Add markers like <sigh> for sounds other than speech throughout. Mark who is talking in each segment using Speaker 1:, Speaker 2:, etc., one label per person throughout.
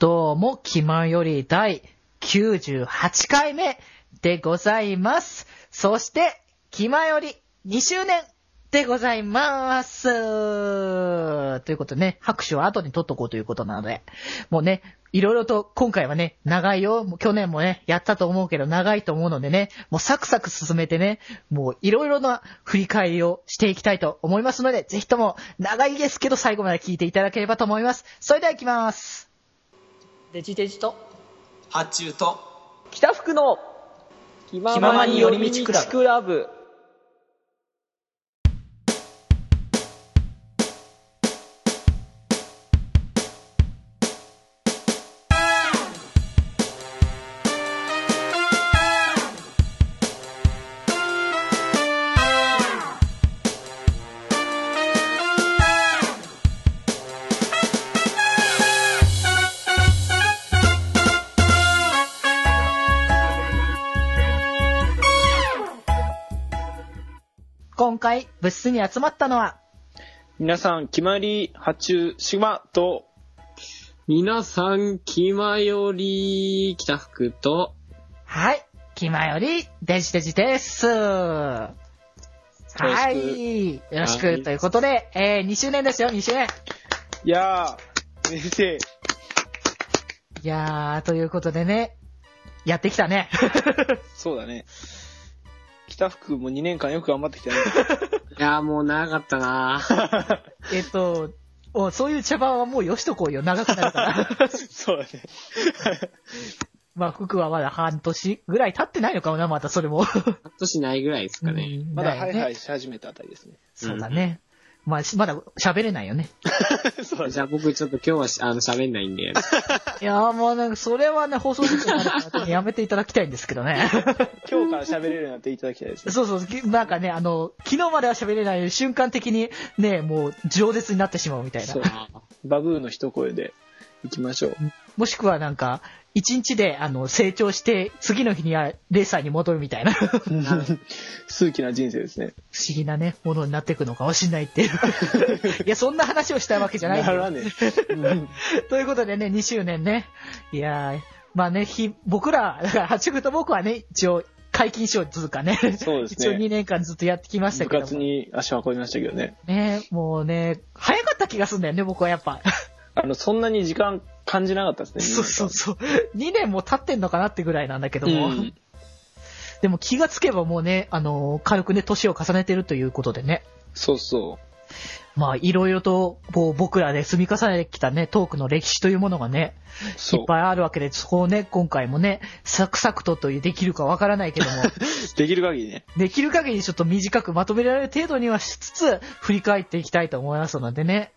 Speaker 1: も気前より第98回目でございます。そして、気前より2周年でございます。ということでね、拍手を後に取っとこうということなので、もうね、いろいろと今回はね、長いよ。もう去年もね、やったと思うけど長いと思うのでね、もうサクサク進めてね、もういろいろな振り返りをしていきたいと思いますので、ぜひとも長いですけど最後まで聞いていただければと思います。それでは行きます。
Speaker 2: デジデジと
Speaker 3: 発注と
Speaker 2: 北福の気ま
Speaker 3: まに寄り道クラブ
Speaker 2: クラブ
Speaker 1: 今回、部室に集まったのは、
Speaker 4: 皆さん、決まり、発注、シマと、
Speaker 5: 皆さん、気まより、北福と、
Speaker 1: はい、気前よりデジデジです。はい、よろし
Speaker 5: は
Speaker 1: く
Speaker 5: い
Speaker 1: ということで、えー、2周年ですよ、2周年。
Speaker 4: いやー、先生、
Speaker 1: いやー、ということでね、やってきたね。
Speaker 4: そうだね。北福も2年間よく頑張ってきたね。
Speaker 5: <laughs> いやーもう長かったなー
Speaker 1: <laughs> えっと、おそういう茶番はもうよしとこうよ、長くなる <laughs> から。
Speaker 4: <laughs> そうだね。
Speaker 1: まあ、服はまだ半年ぐらい経ってないのかもな、またそれも。
Speaker 5: 半年ないぐらいですかね。
Speaker 1: うん
Speaker 4: まだハイハ
Speaker 1: ね
Speaker 4: イし始めたあたりですね。
Speaker 1: そうだね。まあ、しまだ喋れないよね。
Speaker 4: そうだね。
Speaker 5: じゃあ僕ちょっと今日はしあの喋んないん
Speaker 1: <laughs>
Speaker 5: で。
Speaker 1: いやーもうなんか、それはね、放送事故にな <laughs> るからね、やめていただきたいんですけどね。
Speaker 4: <laughs> 今日から喋れるようになっていただきたいですね。
Speaker 1: そうそう、きなんかね、あの、昨日までは喋れない瞬間的に、ね、もう、饒舌になってしまうみたいな
Speaker 4: そ。う
Speaker 5: あー
Speaker 4: バブーの一声で行きましょう。
Speaker 1: もしくはなんか、一日で、あの、成長して、次の日には、レーサーに戻るみたい
Speaker 4: <laughs>
Speaker 1: な、不思
Speaker 4: 数奇な人生ですね。
Speaker 1: 議なね、ものになっていくのかもしんないって
Speaker 4: <laughs>
Speaker 1: いう。いや、そんな話をしたいわけじゃないんだ
Speaker 4: な
Speaker 1: よ
Speaker 4: らね。
Speaker 1: ということでね、2周年ね。いやー、まあね、ひ、僕ら、だから、八福と僕はね、一応、解禁しようというかね。
Speaker 4: そうですね
Speaker 1: 一応2年間ずっとやってきました
Speaker 4: 部
Speaker 1: けども
Speaker 4: 活。に足を運びましたけどね。
Speaker 1: ね、もうね、早かった気がするんだよね、僕はやっぱ。
Speaker 4: あの、そんなに時間感じなかったですね。
Speaker 1: そうそうそう。2年も経ってんのかなってぐらいなんだけども。
Speaker 4: うん
Speaker 1: でも気がつけばもうね、あのー軽くね、年を重ねてるということでね。
Speaker 4: そうそ
Speaker 1: まあ、いろいろと、こう、僕らで積み重ねてきたね、トークの歴史というものがね、
Speaker 4: う。
Speaker 1: い
Speaker 4: そ
Speaker 1: っ
Speaker 4: う。
Speaker 1: ぱいあるわけで、そこをね、今回もね、サクサクとというできるかわからないけど
Speaker 4: <laughs>
Speaker 1: も、
Speaker 4: できる限りね。
Speaker 1: できる限りちょっと短くまとめられる程度にはしつつ、振り返っていきたいと思いますのでね。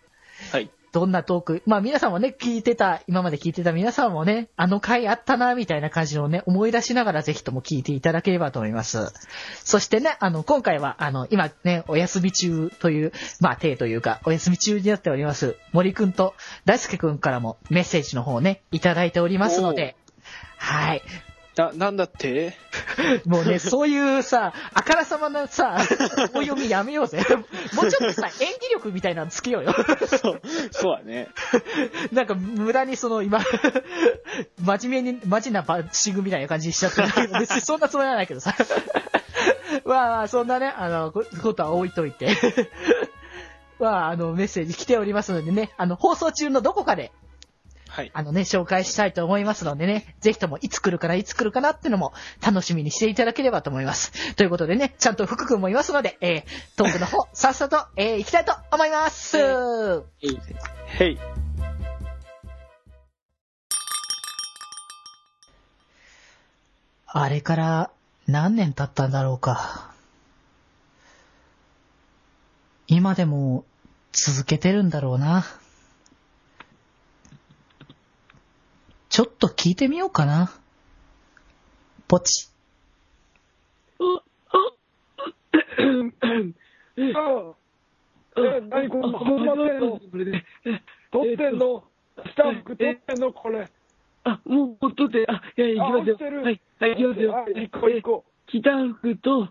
Speaker 4: はい。
Speaker 1: どんなトーク、まあ皆さんもね、聞いてた、今まで聞いてた皆さんもね、あの回あったな、みたいな感じのね、思い出しながらぜひとも聞いていただければと思います。そしてね、あの、今回は、あの、今ね、お休み中という、まあ、手というか、お休み中になっております、森くんと大輔くんからもメッセージの方をね、いただいておりますので、はい。
Speaker 4: な、なんだって
Speaker 1: もうね、そういうさ、あからさまなさ、お読みやめようぜ。もうちょっとさ、演技力みたいなのつけようよ。
Speaker 4: そう、そうだね。
Speaker 1: <laughs> なんか無駄にその今、 <laughs> 真面目に、マジなバッシングみたいな感じにしちゃってるけ
Speaker 4: <laughs>
Speaker 1: ど、別にそんなつもりはないけどさ。 <laughs> まあまあ、そんなね、あの、こことは置いといて。 <laughs> まあ、あの、メッセージ来ておりますのでね、あの、放送中のどこかで、
Speaker 4: はい。
Speaker 1: あのね、紹介したいと思いますのでね、ぜひともいつ来るからいつ来るかなってのも楽しみにしていただければと思います。ということでね、ちゃんと福君もいますので、えー、トークの方、さっさと、えー、行きたいと思います。
Speaker 5: はい
Speaker 4: へい。
Speaker 1: あれから何年経ったんだろうか。今でも続けてるんだろうな。ちょっと聞いてみようかな。ポチ。
Speaker 6: え、何この、こんなってんの撮ってんのスタッフ撮ってんのこれ。
Speaker 7: あ、もうほっとって、あ、いやいや、
Speaker 6: あ
Speaker 7: 行きますよ。
Speaker 6: 押してる
Speaker 7: はい、はい、行きますよ。
Speaker 6: はい、一個一個。
Speaker 7: え北福と、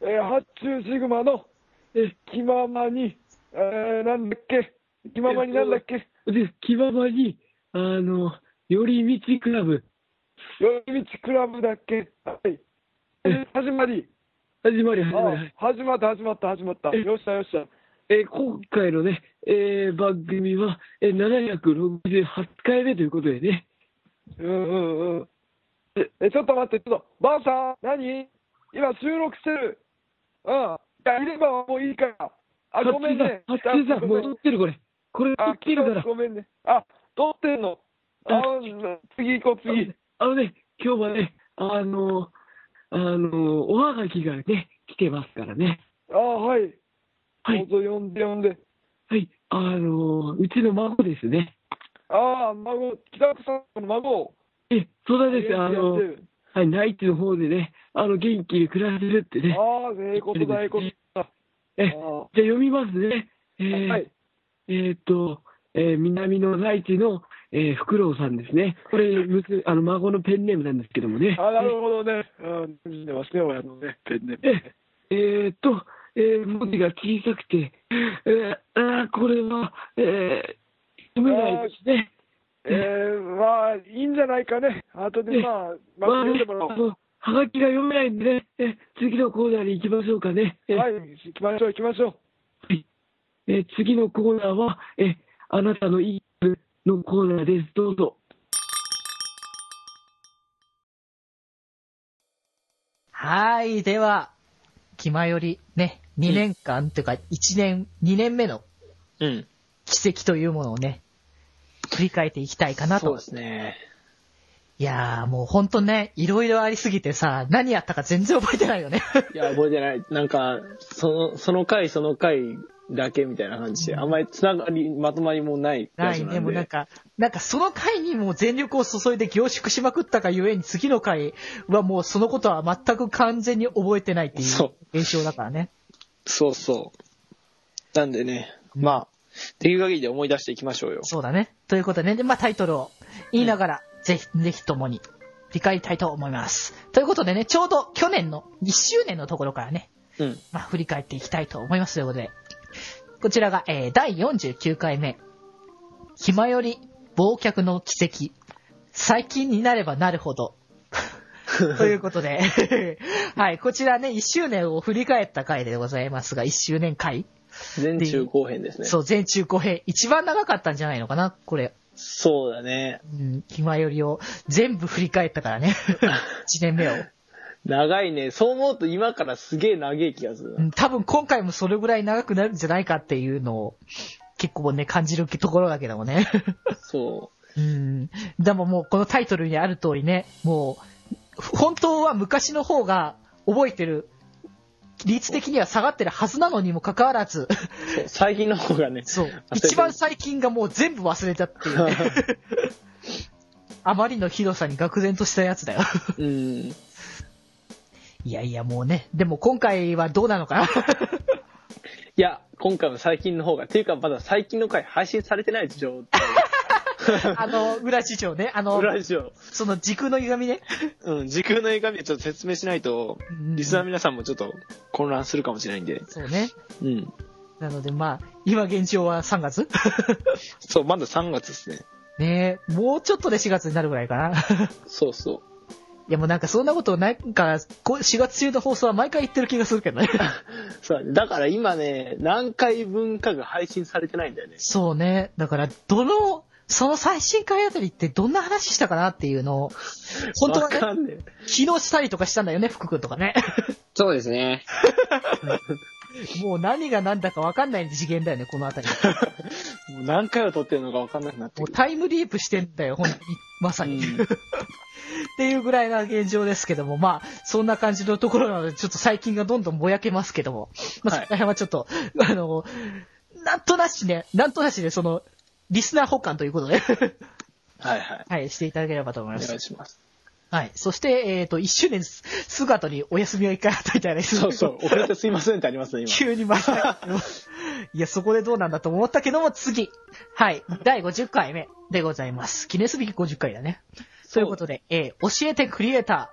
Speaker 6: えー、発注シグマの、
Speaker 7: え、
Speaker 6: 気ままに、えー、なんだっけ気ままになんだっけ
Speaker 7: で、気ままに、あの、寄り道クラブ、
Speaker 6: 寄り道クラブだっけはい。始まり。
Speaker 7: 始まり、
Speaker 6: あ
Speaker 7: 始まり。はい
Speaker 6: 始まった、始まった、始まった。よっしゃ、よっしゃ。
Speaker 7: えー今回のね、えー番組は、えー768回目ということでね。
Speaker 6: うんうんうん。ええ、ちょっと待って、ちょっと、ばあさん、何今収録してる。うん。いや、いればもういいから。あ、ごめんね。
Speaker 7: 八九さん、もう撮ってる、これ。これ撮
Speaker 6: あ
Speaker 7: っ、てるから。
Speaker 6: ごめんね。あ、撮ってんの。あ、次行こう、次。
Speaker 7: あのね、今日はね、あのあのおはがきがね、来てますからね。
Speaker 6: あ、はい。
Speaker 7: はい、
Speaker 6: どうぞ呼んで、呼んで。
Speaker 7: はい、あのうちの孫ですね。
Speaker 6: ああ、孫、北区さんの孫。
Speaker 7: え、そうです、あの
Speaker 6: やってる
Speaker 7: はい、内地の方でね、あの、元気に暮らせるってね。
Speaker 6: ああ、ええことだ、ええことだ。
Speaker 7: え、じゃあ
Speaker 6: あ
Speaker 7: 読みますね。えー
Speaker 6: はい。
Speaker 7: えーっと、えー南の内地の、えー、フクロウさんですね。これ、むすあの孫のペンネームなんですけどもね。
Speaker 6: あなるほどね。うん、出ますね、親のね、ペンネーム
Speaker 7: え <laughs> えーっと、えー文字が小さくて、えーあーこれは、えー読めないですね。
Speaker 6: えー、まあ、いいんじゃないかね。後でまあ、ま
Speaker 7: ま
Speaker 6: あ、
Speaker 7: あ
Speaker 6: 見
Speaker 7: ね
Speaker 6: てもらお
Speaker 7: あ
Speaker 6: う。
Speaker 7: のはがきが読めないんでね、え次のコーナーに行きましょうかね。え
Speaker 6: はい、行きましょう、行きましょう。
Speaker 7: え次のコーナーは、えあなたのいい部のコーナーです。どうぞ。
Speaker 1: はい、では、気まよりね、2年間というか1年、2年目の
Speaker 4: うん。
Speaker 1: 奇跡というものをね、振り返っていきたいかな
Speaker 4: そう
Speaker 1: と
Speaker 4: で。すね。
Speaker 1: いやー、もうほんとね、いろいろありすぎてさ、何やったか全然覚えてないよ
Speaker 4: <laughs>
Speaker 1: ね。
Speaker 4: いや、覚えてない。なんか、その、その回、その回だけみたいな感じで、あんまりつながり、まとまりもないラ
Speaker 1: は
Speaker 4: ジオ
Speaker 1: い、
Speaker 4: なんで。
Speaker 1: でもなんか、なんかその回にもう全力を注いで凝縮しまくったがゆえに次の回はもうそのことは全く完全に覚えてないってい
Speaker 4: そうう
Speaker 1: 現象だからね。
Speaker 4: そうそう。なんでね、まあ、できる限りで思い出していきましょうよ。
Speaker 1: そうだね。ということでね、でまあタイトルを言いながら、ぜひ、ぜひともに振り返りたいと思います。ということでね、ちょうど去年の1周年のところからね、
Speaker 4: うん。
Speaker 1: まあ、振り返っていきたいと思いますということで、こちらが、えー、第49回目、ひまより忘却の奇跡、最近になればなるほど、ということで、 <laughs> はい、こちらね、1周年を振り返った回でございますが、1周年回、
Speaker 4: 前中後編ですね。
Speaker 1: そう、全中後編、一番長かったんじゃないのかな、これ。
Speaker 4: そう
Speaker 1: <laughs>
Speaker 4: だね。
Speaker 1: うん、ひまよりを全部振り返ったからね、1年目を。
Speaker 4: 長いね。そう思うと今からすげえ長い気がする
Speaker 1: う。ん多分今回もそれぐらい長くなるんじゃないかっていうのを結構ね、感じるところだけども <laughs> ね。
Speaker 4: そ
Speaker 1: うん。でももうこのタイトルにある通りね、もう、本当は昔の方が覚えてる、率的には下がってるはずなのにもかかわらず、
Speaker 4: う。そう最近の方が <laughs> ね。
Speaker 1: そう
Speaker 4: 忘、れてる
Speaker 1: <laughs> 一番最近がもう全部忘れちゃっていうねあまりのひどさに愕然としたやつだよ。
Speaker 4: うん。
Speaker 1: <laughs> いやいやもうね、でも今回はどうなの <laughs> かな
Speaker 4: いや、今回も最近の方が、っていうかまだ最近の回配信されてない状態。
Speaker 1: あの、裏市長ね、あの、
Speaker 4: ラジオ。
Speaker 1: その時空の歪み <laughs> ね。
Speaker 4: うん、時空の歪みをちょっと説明しないと、
Speaker 1: うん
Speaker 4: リスナーの皆さんもちょっと混乱するかもしれないんで。
Speaker 1: そうね。
Speaker 4: うん。
Speaker 1: なのでまあ、今現状は3月 <laughs>
Speaker 4: そう、まだ3月ですね。
Speaker 1: ねえ、もうちょっとで4月になるぐらいかな。い <laughs>
Speaker 4: そうそ
Speaker 1: やもうなんかそんなことないから、こ4月中の放送は毎回言ってる気がするけどね。 <laughs>
Speaker 4: う。そうだねだから今ね、何回分かが配信されてないんだよね。
Speaker 1: そうね。だから、どの、その最新回あたりってどんな話したかなっていうのを、本当は
Speaker 4: わか
Speaker 1: ね、
Speaker 4: んねえ。
Speaker 1: 昨日したりとかしたんだよね、福君とかね。
Speaker 5: <laughs>
Speaker 1: <laughs>
Speaker 5: そうですね。
Speaker 1: もう何が何だかわかんない次元だよね、このあたり。
Speaker 4: もう何回を撮ってるのか分かんなくなって
Speaker 1: もう
Speaker 4: くる。
Speaker 1: タイムリープしてんだよ、本当に。まさに。
Speaker 4: うん
Speaker 1: っていうぐらいな現状ですけども、まあ、そんな感じのところなので、ちょっと最近がどんどんぼやけますけども、まあ、そ
Speaker 4: はい
Speaker 1: こら辺はちょっと、あの、なんとなしね、なんとなしね、その、リスナー保管ということで、 <laughs>
Speaker 4: はいはい。
Speaker 1: はい、していただければと思い
Speaker 4: お
Speaker 1: ま
Speaker 4: 願い
Speaker 1: す。
Speaker 4: します。
Speaker 1: はい。そして、えっ、と、1周年す姿にお休みを一回与えたりする
Speaker 4: そうそう、遅れてすいませんってありますね、 <laughs> 今。
Speaker 1: 急にまた。
Speaker 4: <laughs>
Speaker 1: いや、そこでどうなんだと思ったけども、次。はい。第50回目でございます。記念すべき50回だね。ということで、えー教えてクリエイタ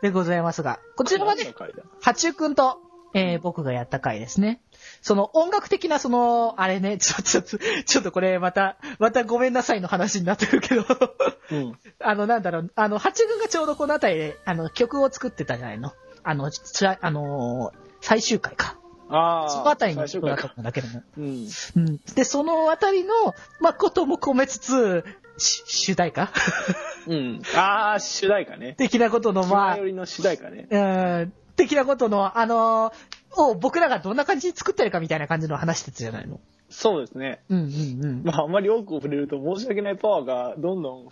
Speaker 1: ーでございますが、こちらは
Speaker 4: 何
Speaker 1: ね
Speaker 4: の、回だ
Speaker 1: ハチュウくんとえー僕がやった回ですね。その音楽的なその、あれね、 <laughs> ちょ、ちょ、ちょちょっとこれまた、またごめんなさいの話になってくるけど、 <laughs>
Speaker 4: うん。
Speaker 1: あの、なんだろう、あの、八軍がちょうどこの辺りで、あの、曲を作ってたじゃないの。あの、つらあのー最終回か。
Speaker 4: ああ。
Speaker 1: その辺りの
Speaker 4: 最
Speaker 1: 曲
Speaker 4: 終
Speaker 1: だ
Speaker 4: 回
Speaker 1: った
Speaker 4: か。
Speaker 1: んだけども。
Speaker 4: うん。
Speaker 1: うん。で、その辺りの、まあ、ことも込めつつ、し主題歌 <laughs>
Speaker 4: うん。ああ、主題歌ね。
Speaker 1: 的なことの、まあ
Speaker 4: 前、よりの主題歌ね。
Speaker 1: うん、的なことの、あのーを僕らがどんな感じに作ってるかみたいな感じの話してたじゃないの。
Speaker 4: そうですね。
Speaker 1: うんうんうん。
Speaker 4: まあ、あんまり多く触れると申し訳ないパワーがどんど
Speaker 1: <laughs>
Speaker 4: ん、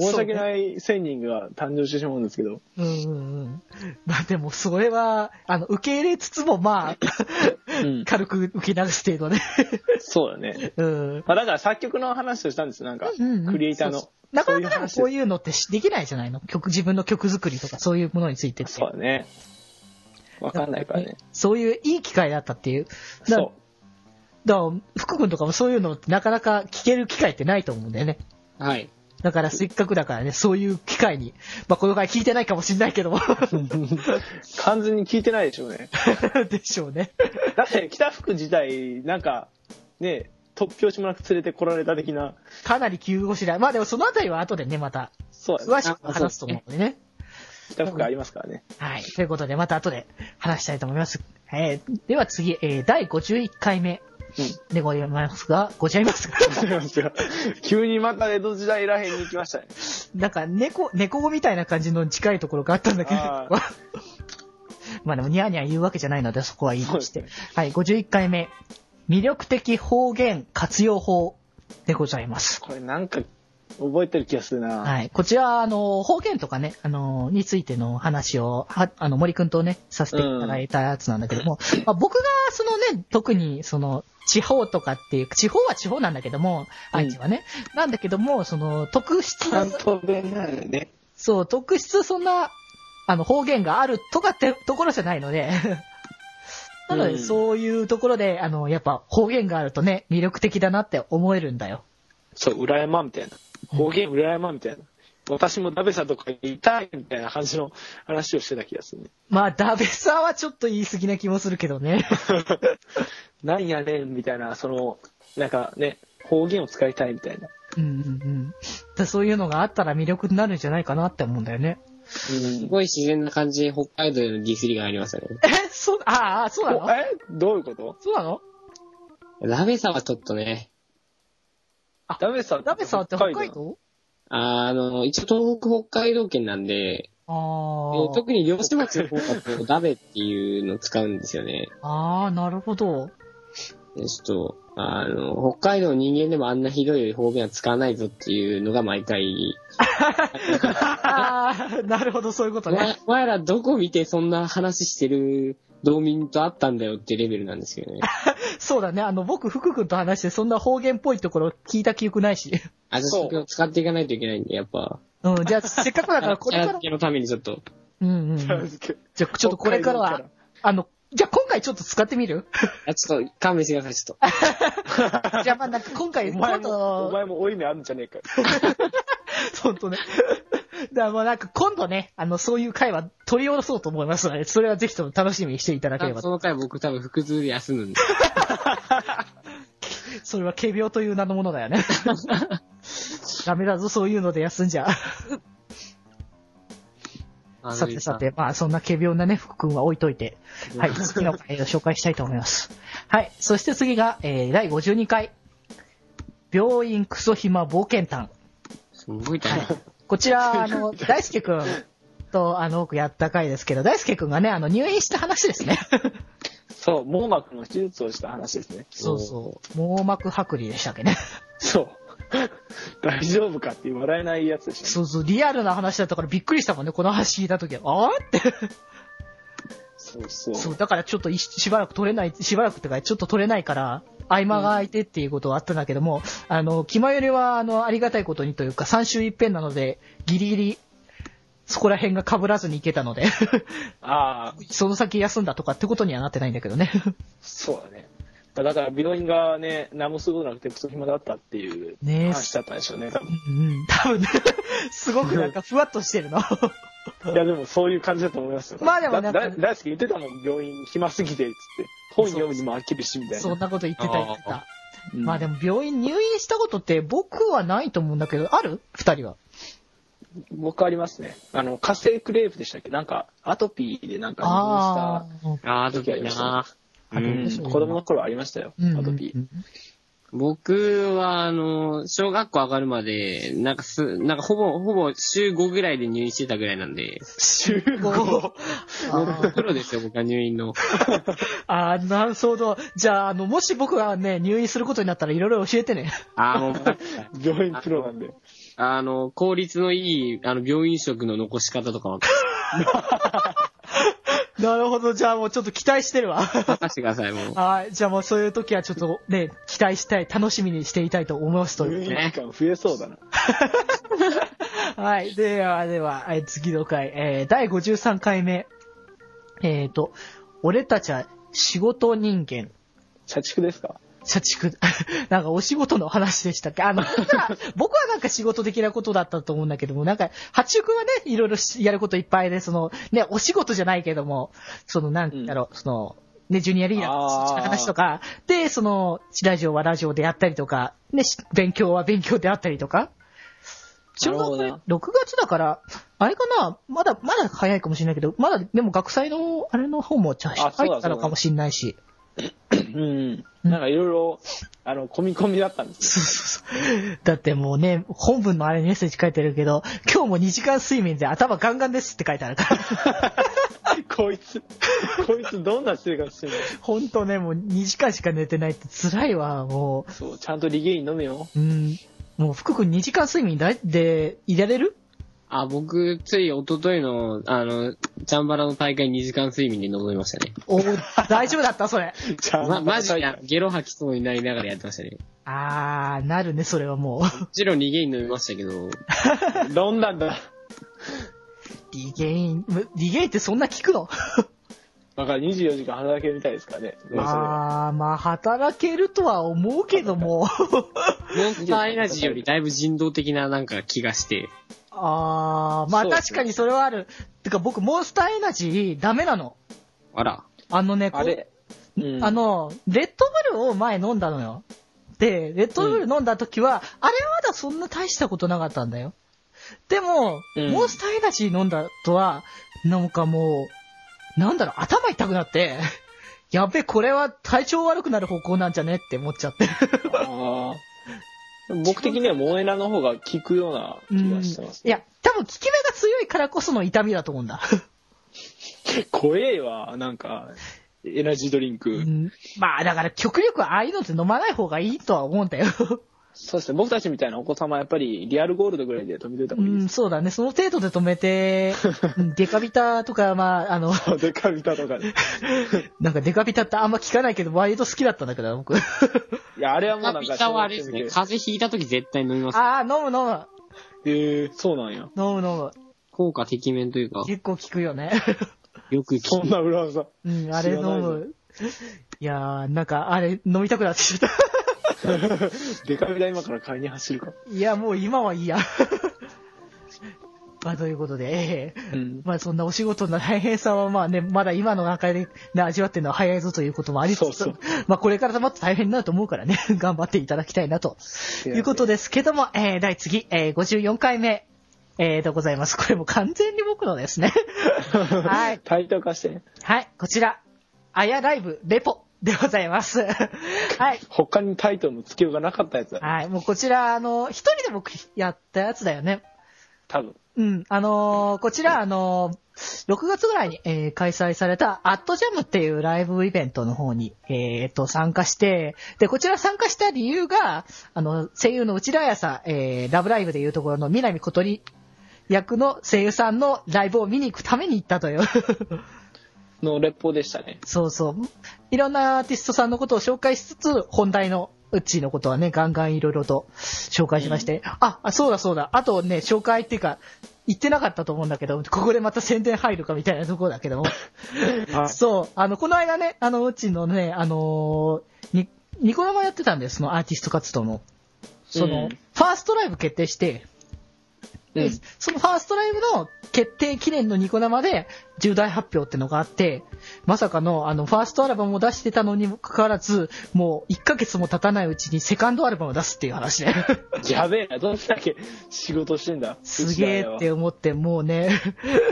Speaker 4: 申し訳ない1000人が誕生してしまうんですけど。
Speaker 1: うんうんうん。まあでもそれは、あの、受け入れつつも、まあ、
Speaker 4: うん。
Speaker 1: 軽く受け流す程度
Speaker 4: <laughs>
Speaker 1: ね。
Speaker 4: そうだね。
Speaker 1: うん。
Speaker 4: まあ、だから作曲の話をしたんですよなんか、
Speaker 1: うんうん
Speaker 4: クリエイターの。
Speaker 1: なかなかでも
Speaker 4: そ
Speaker 1: こ
Speaker 4: う
Speaker 1: う
Speaker 4: いう話で
Speaker 1: い
Speaker 4: す
Speaker 1: うのってできないじゃないの曲、自分の曲作りとかそういうものについてって。
Speaker 4: そうだね。わかんないからね。
Speaker 1: そういういい機会だったっていう。だ
Speaker 4: そ
Speaker 1: だから、福君とかもそういうのってなかなか聞ける機会ってないと思うんだよね。
Speaker 5: はい。
Speaker 1: だからせっかくだからね、そういう機会に、まあこの回聞いてないかもしれない <laughs> けども、
Speaker 4: う。完全に聞いてないでしょうね。 <laughs>
Speaker 1: でしょうね。
Speaker 4: だって、北福自体、なんか、ね、突拍子もなく連れてこられた的な、
Speaker 1: かなり急ごしらえ。まあでもそのあたりは後でね、また
Speaker 4: そうだね。
Speaker 1: 詳しく話すと思うのでね。
Speaker 4: 北福ありますからね。
Speaker 1: はい。ということで、また後で話したいと思います。えー、では次、えー、第51回目でございますが、ございますが、
Speaker 4: <laughs> 急にまた江戸時代らへんに行きましたね。
Speaker 1: なんか猫、猫語みたいな感じの近いところがあったんだけど
Speaker 4: あ、
Speaker 1: <laughs> まあでもニャーニャー言うわけじゃないので、そこはいいとして。
Speaker 4: そうで
Speaker 1: はい、51回目、魅力的方言活用法でございます。
Speaker 4: これなんか、覚えてる気がするな。
Speaker 1: はい。こちら、あの、方言とかね、あの、についての話を、は、あの、森くんとね、させていただいたやつなんだけども、まあ、僕が、そのね、特に、その、地方とかっていう、地方は地方なんだけども、愛知はね、なんだけども、その、特質、
Speaker 5: 東弁なのね。
Speaker 1: そう、特質そんな、あの、方言があるとかってところじゃないの
Speaker 4: <laughs>
Speaker 1: で、なの
Speaker 4: う
Speaker 1: で、
Speaker 4: ん
Speaker 1: そういうところで、あの、やっぱ方言があるとね、魅力的だなって思えるんだよ。
Speaker 4: そう、裏山みたいな。方言裏山みたいな。私もダベさとかにいたいみたいな感じの話をしてた気がするね。 <laughs>
Speaker 1: まあ、ダベさはちょっと言い過ぎな気もするけどね。
Speaker 4: なんやねんみたいな、その、なんかね、方言を使いたいみたいな。
Speaker 1: うんうんうんだ。そういうのがあったら魅力になるんじゃないかなって思うんだよね。
Speaker 5: すごい自然な感じで北海道へのディスりがありましたね。
Speaker 1: え、そう、ああ、そうなの
Speaker 4: おえどういうこと
Speaker 1: そうなの
Speaker 5: ラベさはちょっとね、
Speaker 4: ダベさ
Speaker 1: ダベさって北海
Speaker 4: <laughs>
Speaker 1: 道
Speaker 5: あの、一応東北北海道圏なんで、え
Speaker 1: あ
Speaker 5: ー
Speaker 1: あ。
Speaker 5: 特に漁師町の方だとラベっていうのを使うんですよね。
Speaker 1: ああ、なるほど。
Speaker 5: でちょっと、あの、北海道の人間でもあんなひどい方言は使わないぞっていうのが毎回、
Speaker 1: ああ、なるほど、そういうこと
Speaker 5: お
Speaker 1: ね
Speaker 5: 前。お前らどこ見てそんな話してる道民と会ったんだよってレベルなんですけどね。
Speaker 1: そうだね。あの、僕、福君と話して、そんな方言っぽいところ聞いた記憶ないし。 <laughs>
Speaker 5: あ、じゃあ
Speaker 4: そう
Speaker 5: それを使っていかないといけないんで、やっぱ。
Speaker 1: うん、じゃあ、せっかくだ
Speaker 5: だ <laughs>
Speaker 1: から、これから。
Speaker 5: のためにちょっと。
Speaker 1: うんうん。じゃあ、ちょっとこれからは、あの、じゃあ今回ちょっと使ってみる <laughs>
Speaker 5: あ、ちょっと勘弁してください、ちょっと。
Speaker 1: じゃあまあなんか今回、
Speaker 4: お前
Speaker 1: 今
Speaker 4: も、お
Speaker 1: 度、
Speaker 4: 前もお意味あるんじゃねえか。
Speaker 1: ほんとね。 <laughs> だからもうなんか今度ね、あの、そういう会は取り下ろそうと思いますので、それはぜひとも楽しみにしていただければ
Speaker 5: そ。の回僕多分腹痛で休むんで。
Speaker 1: それは軽病という名のものだよね。 <laughs> ダメだぞ、そういうので休んじゃ。
Speaker 5: あの
Speaker 1: <laughs> さてさ。て、まあそんな軽病なね、福君は置いといて、はい、次の回を紹介したいと思います。はい、そして次が、えー、第52回、病院クソ暇冒険探。
Speaker 5: すごい大変。
Speaker 1: こち <laughs> ら、あの、大輔くんと、あの、僕やった回ですけど、大輔くんがね、あの、入院した話ですね。
Speaker 4: そう、網膜の手術をした話ですね。
Speaker 1: そうそう。 <laughs> 網膜剥離でしたっけね。
Speaker 4: そう。 <laughs> 大丈夫かって笑えないやつでしょ。
Speaker 1: そうそう、リアルな話だったからびっくりしたもんね、この話聞いた時は。あーって。
Speaker 4: そうそう。
Speaker 1: そう、だからちょっといしばらく取れない、しばらくってか、ちょっと取れないから、合間が空いてっていうことはあったんだけども、あの、気前よりは、あの、ありがたいことにというか、3週一遍なので、ギリギリ、そこら辺が被らずにいけたので、 <laughs>
Speaker 4: ああ、
Speaker 1: その先休んだとかってことにはなってないんだけどね。
Speaker 4: そうだね。まあだから病院がね、何もすることなくてクソ暇だったっていう
Speaker 1: ねえ <laughs>
Speaker 4: 話だったんでしょうね。多分 <laughs>
Speaker 1: うん、多分ね、すごくなんかふわっとしてるの。
Speaker 4: いや、でもそういう感じだと思いますよ。
Speaker 1: まあでもな
Speaker 4: だ
Speaker 1: んか
Speaker 4: だ大好き言ってたもん、病院暇すぎて、つって。本読むにも飽きるし、みたい
Speaker 1: そ
Speaker 4: な。
Speaker 1: んなこと言ってた言ってた。
Speaker 4: うん
Speaker 1: まあでも病院入院したことって僕はないと思うんだけど、ある二人は。
Speaker 4: 僕ありますね。あの、火星クレープでしたっけなんか、アトピーでなんか
Speaker 1: ああ。
Speaker 5: あー、どきな
Speaker 1: あ
Speaker 4: 入院した。うん、子供の頃ありましたよ、
Speaker 1: うん
Speaker 4: アトピー。
Speaker 5: 僕は、あの、小学校上がるまで、なんかす、なんかほぼ、ほぼ週5ぐらいで入院してたぐらいなんで、
Speaker 4: 週
Speaker 1: こ
Speaker 4: 5。
Speaker 1: う
Speaker 5: も
Speaker 1: あ
Speaker 5: うプロですよ、僕は入院の。
Speaker 1: <laughs> あー、なるほど。じゃあ、あの、もし僕がね、入院することになったらいろいろ教えてね。
Speaker 5: あーもう、
Speaker 4: <laughs> 病院プロなんで。
Speaker 5: あの、効率のいい、あの、病院食の残し方とかを
Speaker 1: <laughs> なるほど。じゃあもうちょっと期待してるわ。
Speaker 5: 任せてください、もう。
Speaker 1: <laughs> はい。じゃあもうそういう時はちょっとね、期待したい、楽しみにしていたいと思いますと <laughs> いう。
Speaker 4: 入院時間増えそうだな。
Speaker 1: はい。では、では、えー次の回、えー、第53回目。えーと、俺たちは仕事人間、
Speaker 4: 社畜ですか
Speaker 1: 社畜、 <laughs> なんかお仕事の話でしたっけあの、 <laughs> 僕は僕はなんか仕事的なことだったと思うんだけども、なんか、八中君はね、いろいろしやることいっぱいで、その、ね、お仕事じゃないけども、その、なんだろう、その、ね、ジュニアリーダーとかそっちの話とか、で、その、ラジオはラジオでやったりとか、ね、し勉強は勉強であったりとか、ちょうどこれ
Speaker 2: な
Speaker 1: 6月だから、あれかなまだ、まだ早いかもしれないけど、まだ、でも学祭の、あれの方も、ちゃん
Speaker 4: あそうだ
Speaker 1: 入ったのかもしれないし。
Speaker 4: うん。なんかいろいろ、あの、込み込みだったんで
Speaker 1: そ
Speaker 4: す
Speaker 1: うそうそう。だってもうね、本文のあれにメッセージ書いてるけど、今日も2時間睡眠で頭ガンガンですって書いてある <laughs> から。
Speaker 4: よ。 <laughs> こいつ、こいつどんな生活してんの
Speaker 1: ほんとね、もう2時間しか寝てないって辛いわ、も
Speaker 4: そう、ちゃんとリゲイン飲めよ。
Speaker 1: う。うん。もう福君2時間睡眠だで、いられる
Speaker 5: あ、僕、つい一昨日の、あの、チャンバラの大会2時間睡眠で臨みましたね。
Speaker 1: お大丈夫だったそれ。
Speaker 4: <laughs> ちゃん
Speaker 5: ま、
Speaker 4: と
Speaker 5: マジで、ゲロ吐きそうになりながらやってましたね。
Speaker 1: <laughs> あー、なるね、それはもう。
Speaker 5: もちろん逃げに飲みましたけ <laughs> ど、
Speaker 4: <laughs> 飲んだんだ。
Speaker 1: リゲイン、むリゲインってそんな効くの
Speaker 4: だから24時間働けるみたいですからね。
Speaker 1: あー、まあ働けるとは思うけど <laughs> も。
Speaker 5: モンスターエナジーよりだいぶ人道的ななんか気がして、
Speaker 1: あー、まあ
Speaker 4: そうです
Speaker 1: 確
Speaker 4: ね
Speaker 1: かにそれはある。てか僕、モンスターエナジーダメなの。
Speaker 5: あら、
Speaker 1: あのね、こ
Speaker 4: あれ、うん
Speaker 1: あ、の、レッドブルを前飲んだのよ。で、レッドブル飲んだ時は、あれはまだそんな大したことなかったんだよ。でも、
Speaker 4: うん
Speaker 1: モンスターエナジー飲んだとは、なんかもう、なんだろう、頭痛くなって、 <laughs> やべ、これは体調悪くなる方向なんじゃねって思っち
Speaker 4: <laughs>
Speaker 1: ゃって。
Speaker 4: あー僕的にはモエナの方が効くような気がしてます。
Speaker 1: いや、多分効き目が強いからこその痛みだと思うん
Speaker 4: <laughs>
Speaker 1: だ。
Speaker 4: 怖えわ、なんか、エナジードリンク。
Speaker 1: うんまあ、だから極力ああいうのって飲まない方がいいとは思うんだよ。
Speaker 4: そうですね、僕たちみたいなお子様はやっぱりリアルゴールドぐらいで飛び出た方
Speaker 1: う
Speaker 4: がいいで
Speaker 1: ん、そうだね。その程度で止めて、
Speaker 4: <laughs>
Speaker 1: うんデカビタとか、まあ、あの、
Speaker 4: す。でかみたとかで。
Speaker 1: なんかデカビタってあんま聞かないけど、割と好きだったんだけど、
Speaker 4: <laughs>
Speaker 1: 僕。
Speaker 4: いや、あれはもうな
Speaker 5: カ
Speaker 4: ん
Speaker 5: ピ
Speaker 4: か、
Speaker 5: タはあれですね、風邪ひいた時絶対飲みます。
Speaker 1: ああ、飲む飲む。
Speaker 4: へえそうなんや。
Speaker 1: 飲む飲む。
Speaker 5: 効果的面というか、
Speaker 1: 結構効くよ
Speaker 4: <laughs>
Speaker 1: ね。
Speaker 5: よく
Speaker 4: そ
Speaker 5: 聞
Speaker 4: ん
Speaker 5: く。
Speaker 4: な裏技。 <laughs>
Speaker 1: うん、あれ飲
Speaker 4: 知らないぞ
Speaker 1: む。いやー、なんか、あれ、飲みたくなってきた。
Speaker 4: でかみだ今から買いに走るか。
Speaker 1: いや、もう今はいいや。 <laughs> まあ、ということで、ええ
Speaker 4: うん。
Speaker 1: まあ、そんなお仕事の大変さは、まあね、まだ今の段階で、ね、味わってるのは早いぞということもありつつ、
Speaker 4: そうそう
Speaker 1: まあ、これからまた大変になると思うからね、 <laughs> 頑張っていただきたいなと
Speaker 4: や
Speaker 1: いうことですけども、えー、第次、えー、54回目、えー、でございます。これもう完全に僕のですね。 <laughs> はい。
Speaker 4: 対等化してね。
Speaker 1: はい、こちら、あやライブレポでございます。 <laughs> はい。
Speaker 4: 他にタイトルの付けようがなかったやつだ。
Speaker 1: はい、もうこちら、あの、一人で僕やったやつだよね。
Speaker 4: 多分。
Speaker 1: うん、あのーこちら、あのー6月ぐらいに、えー開催された、アットジャムっていうライブイベントの方に、えーと、参加して、で、こちら参加した理由が、あの、声優の内田彩さん、えーラブライブでいうところの南小鳥役の声優さんのライブを見に行くために行ったという。
Speaker 4: のレポでしたね。
Speaker 1: そうそう。いろんなアーティストさんのことを紹介しつつ、本題のうっちーのことはね、ガンガンいろいろと紹介しまして、あ、あ、そうだそうだ。あとね、紹介っていうか、言ってなかったと思うんだけど、ここでまた宣伝入るかみたいなところだけども。そう、 <laughs> あの、この間ね、あの、うちのね、あのーに、ニコ生やってたんです、そのアーティスト活動の。その、
Speaker 4: うん
Speaker 1: ファーストライブ決定して、
Speaker 5: うん
Speaker 1: でそのファーストライブの決定記念のニコ生で重大発表ってのがあって、まさかの、あの、ファーストアルバムを出してたのにもかかわらず、もう1ヶ月も経たないうちにセカンドアルバムを出すっていう話ね。
Speaker 4: やべえな、どんだけ仕事してんだ。
Speaker 1: <laughs> すげえって思って、もうね、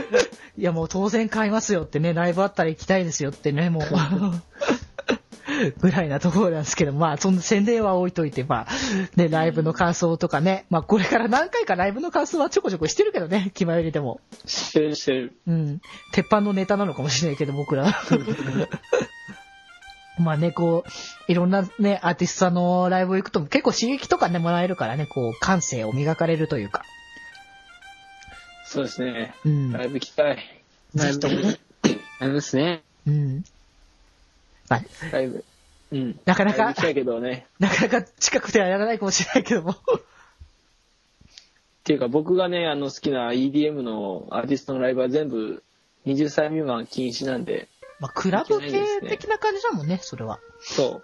Speaker 1: <laughs> いやもう当然買いますよってね、ライブあったら行きたいですよって <laughs> ね、もう。ぐらいなところなんですけど、まあ、その宣伝は置いといて、まあ、ね、ライブの感想とかね、まあ、これから何回かライブの感想はちょこちょこしてるけどね、気前よりでも。
Speaker 4: してるしてる。
Speaker 1: うん。鉄板のネタなのかもしれないけど、僕ら。まあね、こう、いろんなね、アーティストさんのライブ行くと結構刺激とかね、もらえるからね、こう、感性を磨かれるというか。
Speaker 4: そうですね。
Speaker 1: うん。
Speaker 4: ライブ行きたい。
Speaker 5: ライブ、ライブですね。
Speaker 1: うん。まあ、
Speaker 4: ライブ。うん。
Speaker 1: なかな
Speaker 4: ライブ
Speaker 1: か
Speaker 4: 行き、たいけどね。
Speaker 1: なかなか近くてはやらないかもしれないけども。
Speaker 4: っていうか僕がね、あの好きな EDM のアーティストのライブは全部20歳未満禁止なんで、
Speaker 1: <laughs> まあ、クラブ系的な感じだもんね、それは。
Speaker 4: そう。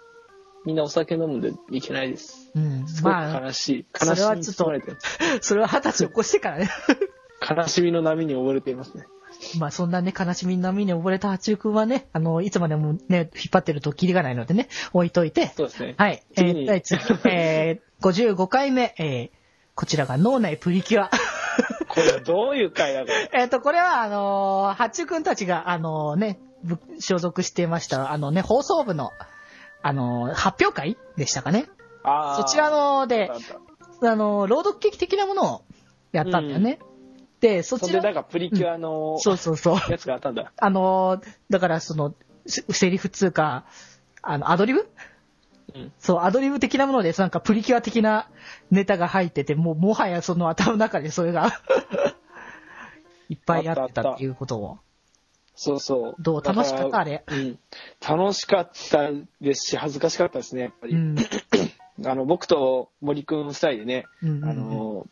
Speaker 4: みんなお酒飲むんでいけないです。
Speaker 1: うん。
Speaker 4: すごく
Speaker 1: まあ
Speaker 4: 悲、しい。
Speaker 1: それ
Speaker 4: 悲しみ
Speaker 1: は
Speaker 4: に
Speaker 1: ちょっと
Speaker 4: 包まれてます
Speaker 1: それは二十歳を越してからね。
Speaker 4: 悲しみの波に溺れていますね。
Speaker 1: <laughs> まあそんなね、悲しみの波に溺れた八中くんはね、あの、いつまでもね、引っ張ってるとキリがないのでね、置いといて。
Speaker 4: そうですね。
Speaker 1: はい。え
Speaker 4: 次
Speaker 1: ー、
Speaker 4: に
Speaker 1: 第次、えー、55回目、えー、こちらが脳内プリキュア。 <laughs>
Speaker 4: これどういう回だこれ。
Speaker 1: えっと、これは、あのー、八中くんたちが、あのーね、ぶ所属していました、あのね、放送部の、あのー発表会でしたかね。<laughs>
Speaker 4: あ
Speaker 1: そ
Speaker 4: ー
Speaker 1: ちらので
Speaker 4: あっ、たあっ
Speaker 1: あのー朗読劇的なものをやったんだよね。で、そ
Speaker 4: たそ
Speaker 1: ち
Speaker 4: んで
Speaker 1: ら
Speaker 4: なん、かプリキュアの
Speaker 1: そうそうそう。
Speaker 4: やつがあったんだ。
Speaker 1: あのー、だからその、せセリフ通か、あの、アドリブ
Speaker 4: うん
Speaker 1: そう、アドリブ的なもので、なんかプリキュア的なネタが入ってて、もう、もはやその頭の中でそれが、 <laughs> いっぱいやってたっていうことを。
Speaker 4: そうそう。
Speaker 1: どう
Speaker 4: だら
Speaker 1: 楽しかったあれ
Speaker 4: うん。楽しかったですし、恥ずかしかったですね、やっぱり。
Speaker 1: うん。
Speaker 4: あの、僕と森くん夫妻でね、
Speaker 1: うん
Speaker 4: あの、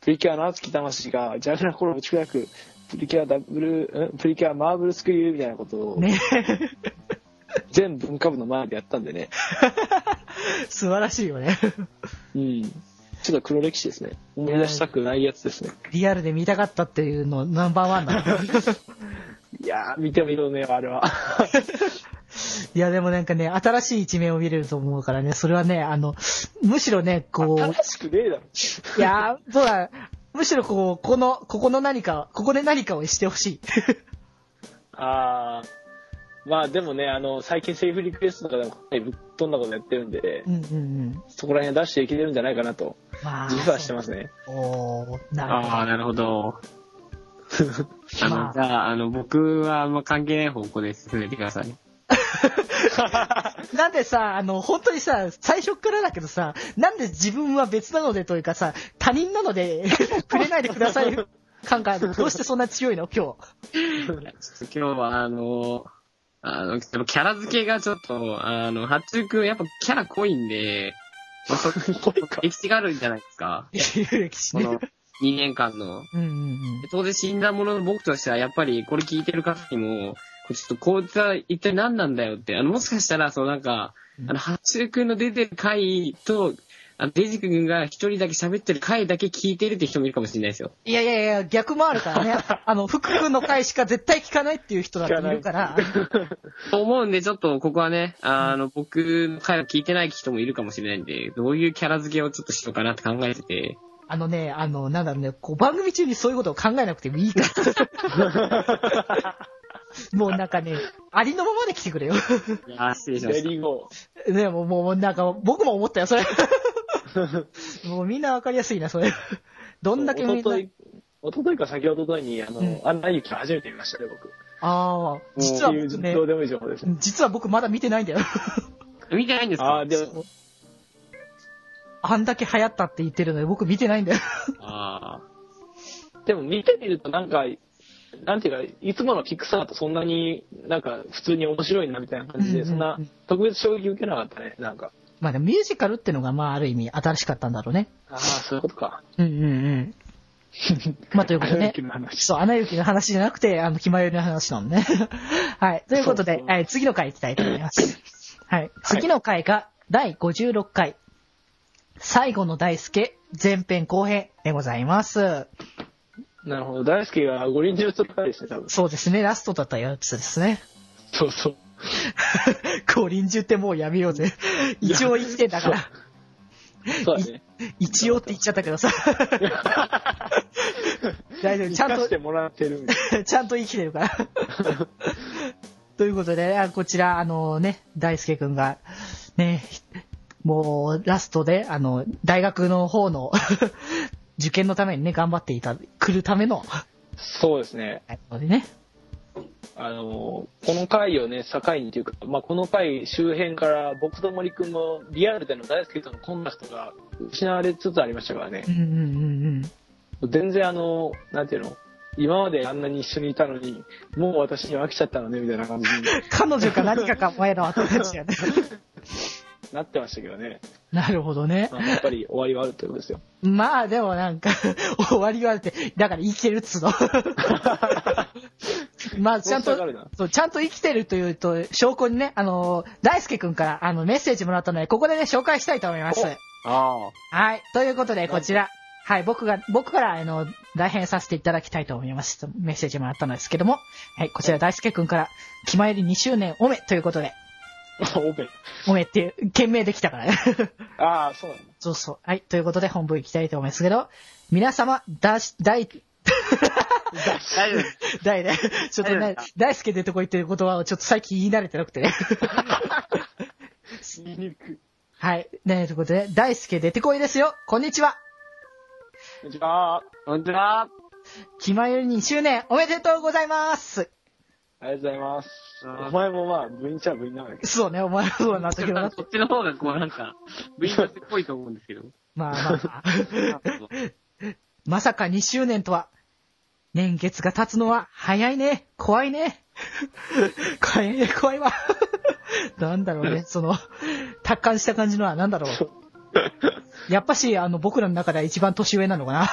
Speaker 4: プリキュアの熱き魂が邪悪な頃を打ち砕く、プリキュアダブル、んプリキュアマーブルスクリューみたいなことを、
Speaker 1: ね <laughs>
Speaker 4: 全文化部の前でやったんでね。
Speaker 1: 素晴らしいよね。
Speaker 4: うん。ちょっと黒歴史ですね。思い出したくないやつですね。
Speaker 1: リアルで見たかったっていうのナンバーワンなの。
Speaker 4: いやー、見てもいいよね、あれは。
Speaker 1: いや、でもなんかね、新しい一面を見れると思うからね、それはね、あの、むしろね、
Speaker 4: <laughs>
Speaker 1: こう、
Speaker 4: 楽しくねえだろ。
Speaker 1: いやー、そうだ、むしろこう、この、ここの何か、ここで何かをしてほしい。
Speaker 4: あー。まあでもね、あの、最近セーフリクエストとかでもかなりぶっ飛んだことやってるんで、
Speaker 1: うんうんうん。
Speaker 4: そこら辺は出していけてるんじゃないかなと、
Speaker 1: まあ、
Speaker 4: 自負はしてますね。
Speaker 1: おー、なる
Speaker 5: ああ、なるほど。
Speaker 4: <laughs>
Speaker 5: あ
Speaker 1: まあ
Speaker 5: の、じゃあ、あの、僕はあんま関係ない方向で進めてください。
Speaker 1: ほど。なんでさ、あの、本当にさ、最初っからだけどさ、なんで自分は別なのでというかさ、他人なので、 <laughs> くれないでください感が、どうしてそんな強いの今
Speaker 5: ちょっと今日は、あの、あの、でもキャラ付けがちょっと、あの、八中くん、やっぱキャラ濃いんで、まあ
Speaker 4: <laughs>
Speaker 5: そ
Speaker 4: 濃いか
Speaker 5: 歴史があるんじゃないですか。
Speaker 1: 日。履歴史
Speaker 5: こ
Speaker 1: ね
Speaker 4: <laughs>
Speaker 5: の。2年間の。
Speaker 1: うんうん
Speaker 5: で当然死んだものの僕としては、やっぱりこれ聞いてる方にも、これちょっとこいつは一体何なんだよって、あの、もしかしたら、そのなんか、あの、八中くんの出てる回と、あの、デジ君が一人だけ喋ってる回だけ聞いてるって人もいるかもしれないですよ。
Speaker 1: いやいやいや、逆もあるからね。あの、福君の回しか絶対聞かないっていう人だっているから。
Speaker 5: と思うんで、ちょっとここはね、あの、僕の回を聞いてない人もいるかもしれないんで、どういうキャラ付けをちょっとしようかなって考えてて、
Speaker 1: あのね、あの、なんだろうね、こう、番組中にそういうことを考えなくてもいい
Speaker 4: <laughs>
Speaker 1: から。もうなんかね、ありのままで来てくれよ。 <laughs>
Speaker 5: いやー、失礼しま
Speaker 4: <laughs> レ
Speaker 5: した。
Speaker 4: リーゴ
Speaker 1: ね、もう、もう、なんか、僕も思ったよ、
Speaker 4: <laughs>
Speaker 1: それ。もうみんなわかりやすいな、それ。ど
Speaker 4: ー。
Speaker 1: んだけ
Speaker 4: お
Speaker 1: み
Speaker 4: と
Speaker 1: んな
Speaker 4: と。い、おとといか先おとといに、あの、アンナユキを初めて見ましたね、僕。
Speaker 1: ああ、実は
Speaker 4: もうって
Speaker 1: 僕
Speaker 4: いう
Speaker 1: ね
Speaker 4: ど、うでもいい情報ですね。
Speaker 1: 実は僕まだ見てないんだよ。
Speaker 5: 見てないんです
Speaker 4: あ
Speaker 5: か
Speaker 4: あ、でも、
Speaker 1: あんだけ流行ったって言ってるのに僕見てないんだよ。
Speaker 5: あ
Speaker 4: でも見てみるとなんか、なんていうか、いつものピクサーとそんなになんか普通に面白いなみたいな感じ
Speaker 1: う
Speaker 4: で、
Speaker 1: ん
Speaker 4: そんな特別衝撃受けなかったね、なんか。
Speaker 1: まあでもミュージカルってのがまあある意味新しかったんだろうね。
Speaker 4: ああ、そういうことか。
Speaker 1: うんうん
Speaker 4: <laughs>
Speaker 1: うん。まあということでね
Speaker 4: アナ雪の話
Speaker 1: そう、穴雪の話じゃなくて、あの、ひまよりの話なのね。 <laughs> はい。ということ
Speaker 4: そう
Speaker 1: で
Speaker 4: そ、う
Speaker 1: はい、次の回行きたいと思います。はい。次の回が、第56回。最後の大輔、前編後編でございます。
Speaker 4: <laughs> なるほど。大輔が五輪中とかですね、多分。
Speaker 1: そうですね、ラストだったやつですね。 <laughs>
Speaker 4: そうそう。
Speaker 1: 五輪中ってもうやめようぜ。一応生きてんだから。
Speaker 4: そうだね。
Speaker 1: 一応って言っちゃったけどさ。 <laughs> 大丈夫、ちゃん
Speaker 4: 生か
Speaker 1: と
Speaker 4: してもらってるんで。
Speaker 1: <laughs> ちゃんと生きてるから。ということで、あこちら、あのね、大輔くんが、ね、もう、ラストで、あの、大学の方の、 <laughs> 受験のためにね、頑張っていた、来るための、
Speaker 4: そうですね。
Speaker 1: はいのでね。
Speaker 4: あの、この回をね、境にというか、まあ、この回周辺から僕と森くんもリアルでの大輔とのコンタクトが失われつつありましたからね
Speaker 1: う。んうんうんうん。
Speaker 4: 全然あの、なんていうの今まであんなに一緒にいたのに、もう私に飽きちゃったのね、みたいな感じに
Speaker 1: 彼女か何かかお前らはって感じだよね。
Speaker 4: なってましたけどね。
Speaker 1: なるほどね
Speaker 4: ま。あやっぱり終わりはあるということです <laughs> よ。
Speaker 1: まあでもなんか、終わりはあって、だから生きてるっつうの。まあちゃん
Speaker 4: 申し訳ある
Speaker 1: と
Speaker 4: な、 <laughs>
Speaker 1: そう、ちゃんと生きてるというと、証拠にね、あの、大輔くんからあのメッセージもらったので、ここでね、紹介したいと思います。
Speaker 5: ああ。
Speaker 1: はい。ということで、こちら。はい、僕が、僕から、あの、代編させていただきたいと思います。メッセージもらったんですけども。はい、こちら、大輔くんから、気前り2周年おめということで、
Speaker 4: オペ。
Speaker 1: おめっていう、懸命できたからね。 <laughs>
Speaker 4: ああ、そうなんだ。
Speaker 1: そうそう。はい。ということで本文いきたいと思いますけど、皆様、だし、大、
Speaker 5: 大丈夫です。
Speaker 1: 大ね、ちょっと
Speaker 5: 大丈夫
Speaker 1: ね
Speaker 5: です、
Speaker 1: 大輔でとこ言ってる言葉をちょっと最近言い慣れてなくてね。
Speaker 4: 言いにくい。
Speaker 1: はい。ねということで、大輔でてこいですよ。こんにちは。
Speaker 4: こんにちは。あ
Speaker 5: こんにちは。あ
Speaker 1: 気まより2周年おめでとうございます。
Speaker 4: りがとうございます。
Speaker 5: うん
Speaker 4: お前もまあ、部員ちゃ部員なんだけ
Speaker 1: そうね、お前はそうなんだけどな。
Speaker 5: <laughs> そっちの方がこうなんか、部員っぽいと思うんです <laughs> けど。
Speaker 1: まあまあまあ。まさか2周年とは、年月が経つのは早いね。怖いね。怖いね、怖いわ。なんだろうね、その、達観した感じのはなんだろう。やっぱし、あの、僕らの中では一番年上なのかな。
Speaker 4: ど。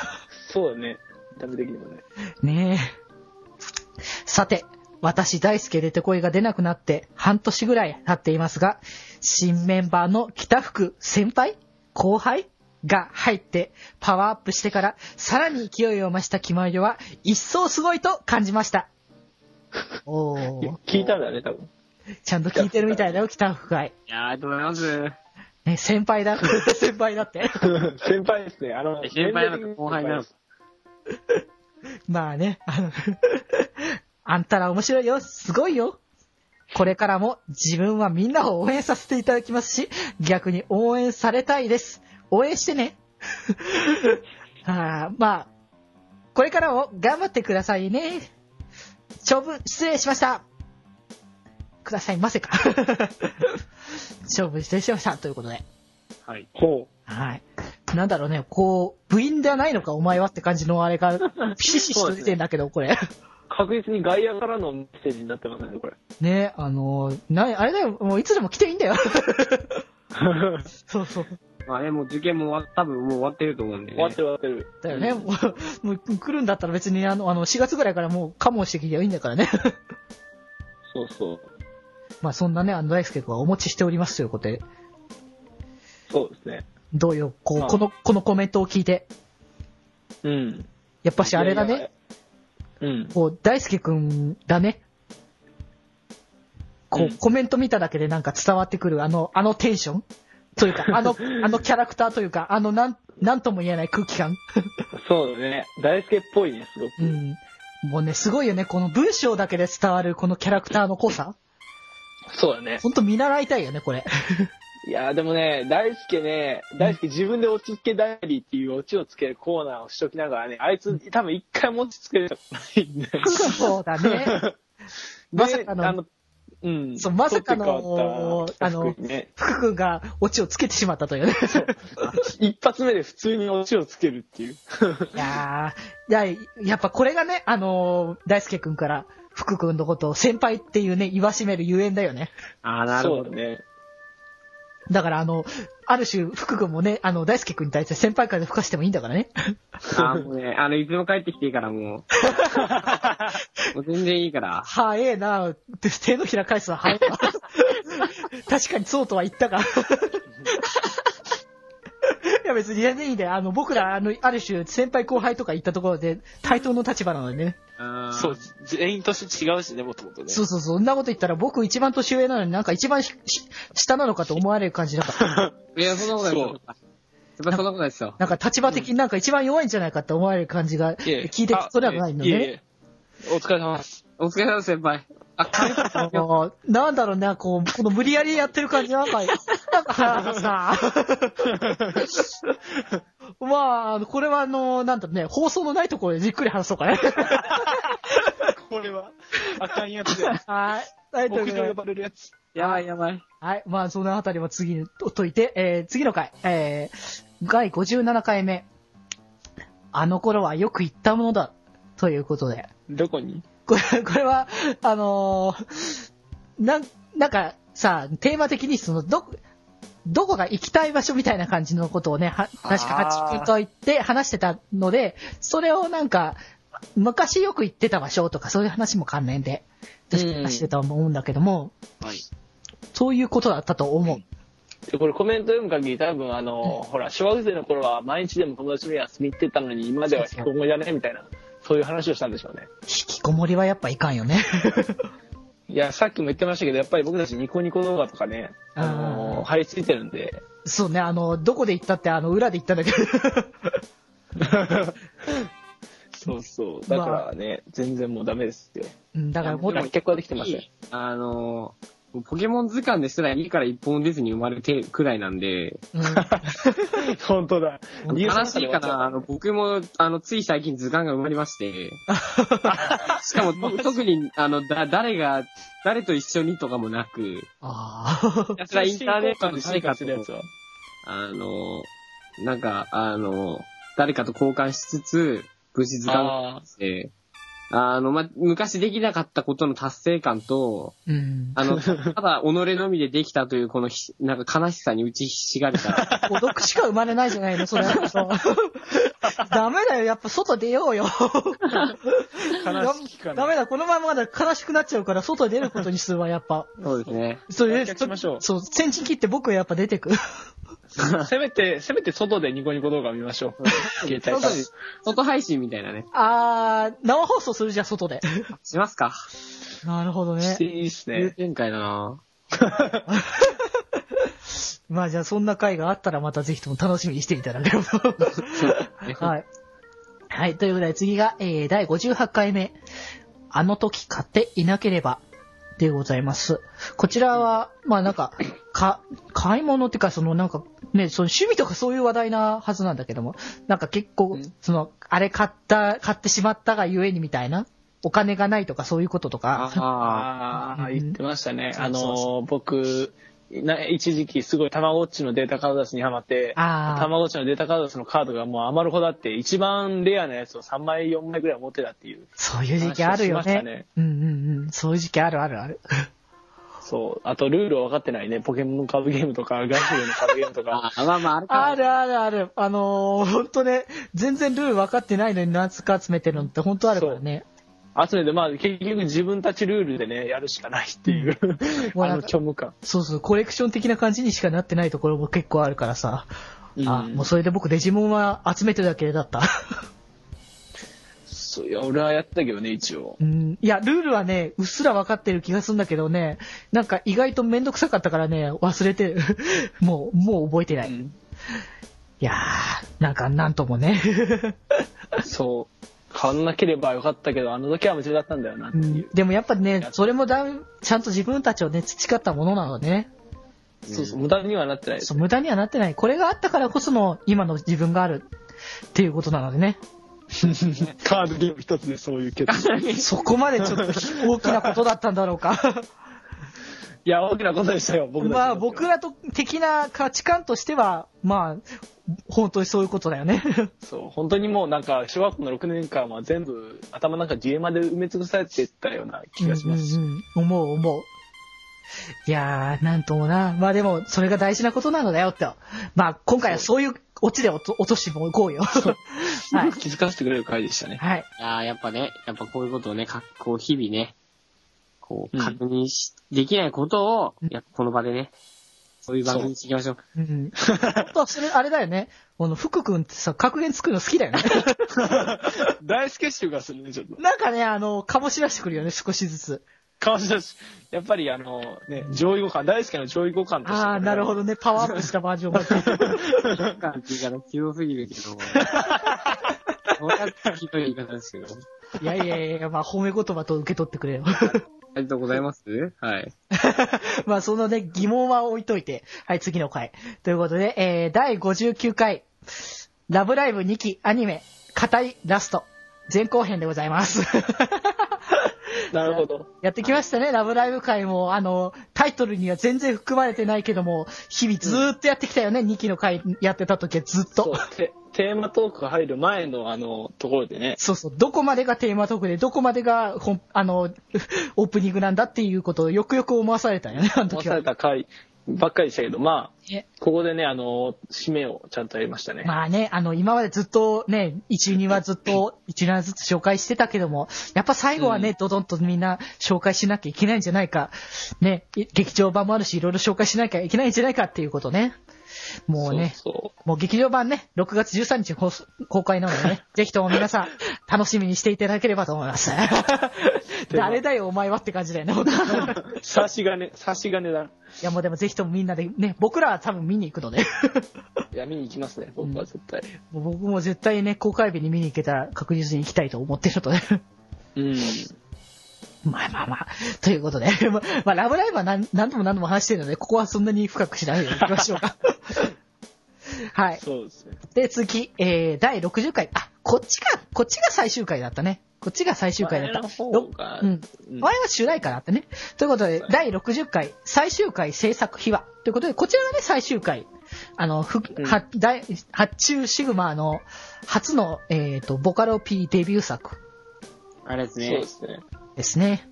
Speaker 4: そうだね。見た目的にもね。
Speaker 1: ねえ。さて、私大輔出てこいが出なくなって半年ぐらい経っていますが、新メンバーの北福先輩後輩が入ってパワーアップしてからさらに勢いを増した気まよりは一層すごいと感じました。おー、
Speaker 4: 聞いたんだね、多分。
Speaker 1: <laughs> ちゃんと聞いてるみたいだよ、北福会。
Speaker 5: いやー、ありがとうございます。
Speaker 1: ね、先輩 <laughs> だ、先輩だって。
Speaker 5: <laughs>
Speaker 4: 先輩ですね。あの、
Speaker 5: 先輩なのか後輩なのか。
Speaker 1: まあね、あの、 <laughs> あんたら面白いよ、すごいよ。これからも自分はみんなを応援させていただきますし、逆に応援されたいです。応援してね。 <laughs> あーまあ、これからも頑張ってくださいね。長文、失礼しました。くださいませか。 <laughs> 長文、失礼しました。ということで。
Speaker 5: はい。
Speaker 4: ほ
Speaker 1: はい。なんだろうね、こう、部員ではないのか、お前はって感じのあれが、ピシシしと出てんだけど、これ。
Speaker 4: う。確実に外野からのメッセージになってます
Speaker 5: <laughs>
Speaker 4: ね、これ。
Speaker 1: ね、あのー、な、あれだよ、もういつでも来ていいんだよ。そうそう。
Speaker 5: まあね、もう受験も終わ多分もう終わってると思うんで、ね。
Speaker 4: 終わってる終わってる。
Speaker 1: だよね、もう、もう来るんだったら別にあの、あの、4月ぐらいからもうカモンしてきていいんだからね。 <laughs>
Speaker 4: そうそう。
Speaker 1: まあそんなね、あの、大輔君はお持ちしておりますということで、
Speaker 4: そうですね。
Speaker 1: どうよ、こう、
Speaker 4: まあ
Speaker 1: この、このコメントを聞いて、
Speaker 4: うん。
Speaker 1: やっぱしあれだ
Speaker 4: いやい
Speaker 1: ね、
Speaker 4: や。うん。
Speaker 1: こう、大輔君だね。こ
Speaker 4: う
Speaker 1: う、
Speaker 4: ん
Speaker 1: コメント見ただけでなんか伝わってくる、あの、あのテンションというか、 <laughs> あの、あのキャラクターというか、あの、なん、なんとも言えない空気感。
Speaker 4: そうだね。大輔っぽいね、すごく。
Speaker 1: うん。もうね、すごいよね。この文章だけで伝わるこのキャラクターの濃さ。
Speaker 4: そうだね。
Speaker 1: ほんと見習いたいよね、これ。
Speaker 4: いやーでもね、大輔ね、大輔自分で落ち着けダイアリーっていう落ちをつけるコーナーをしときながらね、あいつ多分一回も落ち着けることないんで。
Speaker 1: そうだ
Speaker 4: <laughs>
Speaker 1: ね。まさかの
Speaker 4: であの、うん。
Speaker 1: そうまさかの
Speaker 4: 取って変わった
Speaker 1: あの
Speaker 4: 福井ね、
Speaker 1: <laughs>
Speaker 4: <laughs>
Speaker 1: 福君がオチをつけてしまったというね。
Speaker 4: 一発目で普通に落ちをつけるっ
Speaker 1: <laughs>
Speaker 4: ていう。
Speaker 1: いやー、いや、やっぱこれがね、あのー大輔君から福君のことを先輩っていうね、言わしめるゆえんだよね。
Speaker 5: ああ、なるほ
Speaker 4: そ
Speaker 5: ど
Speaker 4: う。だね。
Speaker 1: だからあの、ある種、福君もね、あの、大輔君に対して先輩から吹かしてもいいんだからね。
Speaker 5: あーもうね、あの、いつも帰ってきていいから <laughs> もう。もう全然いいから。
Speaker 1: はええなって手のひら返すのは早い
Speaker 8: <laughs>
Speaker 1: わ確かにそうとは言ったが。や別に全然いいんだよ。あの、僕ら、あの、ある種、先輩後輩とか言ったところで、対等の立場なのでね。
Speaker 5: あー
Speaker 8: そう、全員年違うしね、もともとね。
Speaker 1: そうそうそう、そんなこと言ったら僕一番年上なのになんか一番しし下なのかと思われる感じ
Speaker 8: <laughs>
Speaker 1: だから。
Speaker 5: いや、そんなことないですよ。やっぱそんなことないですよ。
Speaker 1: なんか立場的になんか一番弱いんじゃないかって思われる感じが、
Speaker 8: いえいえ
Speaker 1: 聞いて
Speaker 8: あ
Speaker 1: それはないの
Speaker 8: いえい
Speaker 1: ね。
Speaker 8: えお疲れ様
Speaker 4: <laughs>
Speaker 8: です。
Speaker 5: お疲れ様です、先輩。あ、か
Speaker 1: あのなんだろうね、こう、この無理やりやってる感じなんか、なん
Speaker 8: <laughs>
Speaker 1: か腹立つな。まあ、あのこれはあの、なんだろうね、放送のないところでじっくり話そうかね。
Speaker 8: これは、あかんやつや。
Speaker 1: はい。はい、と
Speaker 8: 屋
Speaker 1: いうことで
Speaker 8: 上呼ばれるやつ。
Speaker 5: やばいやばい。
Speaker 1: はい。まあ、そのあたりも次にとといて、えー、次の回、えー、第57回目。あの頃はよく言ったものだ。ということで。
Speaker 4: どこに
Speaker 1: これ、 <laughs> これは、あのーなん、なんかさ、テーマ的にその、ど、どこが行きたい場所みたいな感じのことをね、は、確か
Speaker 8: あー
Speaker 1: 八九と言って話してたので、それをなんか、昔よく行ってた場所とかそういう話も関連で、確か話してたと思うんだけども、
Speaker 8: はい。
Speaker 1: そういうことだったと思う。
Speaker 4: でこれコメント読む限り多分あの、ほら小学生の頃は毎日でも友達の家遊びに行ってたのに今では引きこもりだねみたいなそういう話をしたんでしょうね
Speaker 1: 引きこもりはやっぱいかんよね。 <laughs>
Speaker 4: いやさっきも言ってましたけどやっぱり僕たちニコニコ動画とかねあの
Speaker 1: あー
Speaker 4: 貼り付いてるんで
Speaker 1: そうね、あの、どこで行ったって、あの、裏で行ったんだけど。
Speaker 4: そうそうだからね、全然もうダメですよ
Speaker 1: うんだからもっと
Speaker 4: でも結果はできてません
Speaker 5: あのー、ポケモン図鑑ですら家から一本出ずに生まれてくらいなんで、
Speaker 1: うん、
Speaker 4: 本当だ
Speaker 5: 悲しいかな、あの、僕も、あの、つい最近図鑑が生まれまして、しかも、特に、あの、だ、誰が、誰と一緒にとかもなく、
Speaker 1: ああ。
Speaker 5: ひたすらインターネットの
Speaker 4: 進
Speaker 5: 誰
Speaker 4: 化
Speaker 5: か
Speaker 4: す
Speaker 5: と
Speaker 4: るや、つは
Speaker 5: あのー、なんか、あのー、誰かと交換しつつ、無事図鑑を
Speaker 4: あ
Speaker 5: して、あの、ま、昔できなかったことの達成感と、
Speaker 1: うん。
Speaker 5: あの、ただ、己のみでできたという、このひ、なんか悲しさに打ちひしがれた。
Speaker 1: 孤独しか生まれないじゃないの、それは。そうダメだよ、やっぱ外出ようよ。
Speaker 8: 悲しきか
Speaker 1: ダ
Speaker 8: な。
Speaker 1: メだ、このままだ悲しくなっちゃうから、外出ることにするわ、やっぱ。
Speaker 5: そうですね。
Speaker 1: それ
Speaker 4: 脱却しましょう
Speaker 1: そう、先陣切って僕はやっぱ出てく。
Speaker 4: あせめてせめて外でニコニコ動画見ましょう携帯から
Speaker 5: 外で外配信みたいなね。
Speaker 1: あー、生放送するじゃん、外で。
Speaker 5: しますか。
Speaker 1: なるほど
Speaker 4: <laughs> して
Speaker 1: ね。
Speaker 4: いいです
Speaker 5: 有
Speaker 4: ね
Speaker 5: 展開だな
Speaker 1: まあじゃあ、そんな回があったら、またぜひとも楽しみにしていただければ。はい。はい、ということで次が、えー、第58回目。あの時買っていなければ。でございます。こちらは、まあなんか、か、買い物っていうか、そのなんか、ね、その趣味とかそういう話題なはずなんだけども、なんか結構、その、あれ買った、買ってしまったがゆえにみたいな、お金がないとかそういうこととか、
Speaker 5: あ
Speaker 4: あ
Speaker 5: あ。
Speaker 4: あ、
Speaker 1: うん
Speaker 4: 言ってましたね。
Speaker 1: そうそう
Speaker 4: あのー、僕、な一時期すごいたまごっちのデータカード出しにハマって、
Speaker 1: あー
Speaker 4: たまごっちのデータカード出しのカードがもう余るほどあって、一番レアなやつを3枚、4枚ぐらい持ってたっていう。
Speaker 1: そういう時期あるよ
Speaker 4: 話をしました
Speaker 1: ね。
Speaker 4: ね
Speaker 1: うんうんうん。そういう時期あるあるある。
Speaker 4: そう。あと、ルールを分かってないね。ポケモンカードゲームとか、ガシュレのカードゲームとか。
Speaker 5: あまあまあ、あれ
Speaker 1: <laughs> ある
Speaker 5: か。
Speaker 1: あるある。あのー、ほんとね、全然ルール分かってないのに何つか集めてるのってほんとあるからね。
Speaker 4: あとね、まあ、結局自分たちルールでね、やるしかないっていう、
Speaker 1: うん
Speaker 4: あの虚無感。
Speaker 1: そうそう、コレクション的な感じにしかなってないところも結構あるからさ。あ、
Speaker 4: うん
Speaker 1: もうそれで僕デジモンは集めてるだけだった。 <laughs>
Speaker 4: そういや、俺はやったけどね、一応。
Speaker 1: うん、いや、ルールはね、うっすら分かってる気がするんだけどね、なんか意外とめんどくさかったからね、忘れて、 <laughs> もう、もう覚えてない。
Speaker 4: うん
Speaker 1: いやー、なんかなんとも
Speaker 4: <laughs>
Speaker 1: ね。
Speaker 4: そう。買わなければよかったけど、あの時は夢中だったんだよなって
Speaker 1: う
Speaker 4: い
Speaker 1: ん
Speaker 4: う。
Speaker 1: でもやっぱね、それもだんちゃんと自分たちをね、培ったものなのでね。
Speaker 4: そうそう、無駄にはなってないです
Speaker 1: そう、無駄にはなってない。これがあったからこその今の自分があるっていうことなのでね。
Speaker 4: カードゲーム一つでそういう決断。
Speaker 1: そこまでちょっと大きなことだったんだろうか。
Speaker 4: <laughs> いや、大きなことでしたよ、僕たち
Speaker 1: まあ僕らと的な価値観としては、まあ、本当にそういうことだよね。
Speaker 4: そう、本当にもうなんか、小学校の6年間は全部、頭なんか自衛まで埋め尽くされてったような気がします。
Speaker 1: うんうんうん思う思う。いやー、なんともな。まあでも、それが大事なことなのだよって。まあ今回はそういうオチで落と落としてもいこうよ。 <laughs> はい。
Speaker 4: 気づかせてくれる回でしたね。
Speaker 1: はい。
Speaker 5: いやーやっぱね、やっぱこういうことをね、かこう日々ね、こう、
Speaker 4: うん
Speaker 5: 確認し、できないことを、やっぱこの場でね、そういう番組にしていきましょう。
Speaker 1: うん。本当はそれ、あれだよね。この、福君ってさ、格言作るの好きだよね。
Speaker 4: <laughs>
Speaker 8: 大スケッシュがするね、ちょっと。
Speaker 1: なんかね、あの、醸し出してくるよね、少しずつ。
Speaker 8: 顔しだし、やっぱりあの、ね、上位互換、大好きな上位互換として、
Speaker 1: ああ、なるほどね。パワーアップしたバージョン <laughs> が。
Speaker 5: なんかって言い方強すぎるけど。そうやってひどい言い方ですけど。
Speaker 1: いやいやいや、まあ、褒め言葉と受け取ってくれよ。
Speaker 5: ありがとうございます。はい。
Speaker 1: <laughs> まあ、そのね、疑問は置いといて。はい、次の回。ということで、えー、第59回、ラブライブ2期アニメ、語りラスト、前後編でございます。
Speaker 4: <laughs> なるほど。
Speaker 1: やってきましたね、ラブライブ回も、あの、タイトルには全然含まれてないけども、日々ずーっとやってきたよね、2期の回やってた時はずっ
Speaker 4: そう
Speaker 1: と。
Speaker 4: テテーマトークが入る前のあの、ところでね。
Speaker 1: そうそう、どこまでがテーマトークで、どこまでが本、 <laughs> あの、オープニングなんだっていうことをよくよく思わされたよね、あの
Speaker 4: 壊
Speaker 1: 時
Speaker 4: さ
Speaker 1: は
Speaker 4: れ。た回ばっかりでしたけど、ま
Speaker 1: ね
Speaker 4: あ、ここでね、あの、締めをちゃんとやりましたね。
Speaker 1: まあね、あの、今までずっとね、1、2はずっと、1、2はずつ紹介してたけども、やっぱ最後はね、ドドンとみんな紹介しなきゃいけないんじゃないか。ね、い劇場版もあるし、いろいろ紹介しなきゃいけないんじゃないかっていうことね。もうね、
Speaker 4: そうそう。
Speaker 1: もう劇場版ね、6月13日放送公開なのでね、ぜひとも皆さん、楽しみにしていただければと思います。誰だよ、お前はって感じだよね、本当い
Speaker 4: <laughs> 差し金、差し金だ。
Speaker 1: や、もうでもぜひともみんなでね、僕らは多分見に行くので。
Speaker 4: いや、見に行きますね、僕は絶対。
Speaker 1: もう僕も絶対ね、公開日に見に行けたら確実に行きたいと思ってるので。 <laughs>
Speaker 4: うん。
Speaker 1: まあまあまあ。ということで、 <laughs> まあ、まあラブライブは何何度も何度も話してるので、ここはそんなに深くしないでいきまし
Speaker 4: <laughs>
Speaker 1: ょうか。はい。
Speaker 4: そうですね。
Speaker 1: で、次、えー、第60回。あ、こっちが、こっちが最終回だったね。こっちが最終回だった。
Speaker 4: 前の方が
Speaker 1: うん。
Speaker 4: うん
Speaker 1: 前は主題歌だったね。ということで、第60回、最終回制作秘話。ということで、こちらがね、最終回。あの、ふ
Speaker 4: うん
Speaker 1: は、大発注シグマの初の、えっ、と、ボカロ P デビュー作
Speaker 5: あれで
Speaker 4: そ
Speaker 5: す
Speaker 4: う
Speaker 5: ね
Speaker 4: で。すね。
Speaker 1: ですね。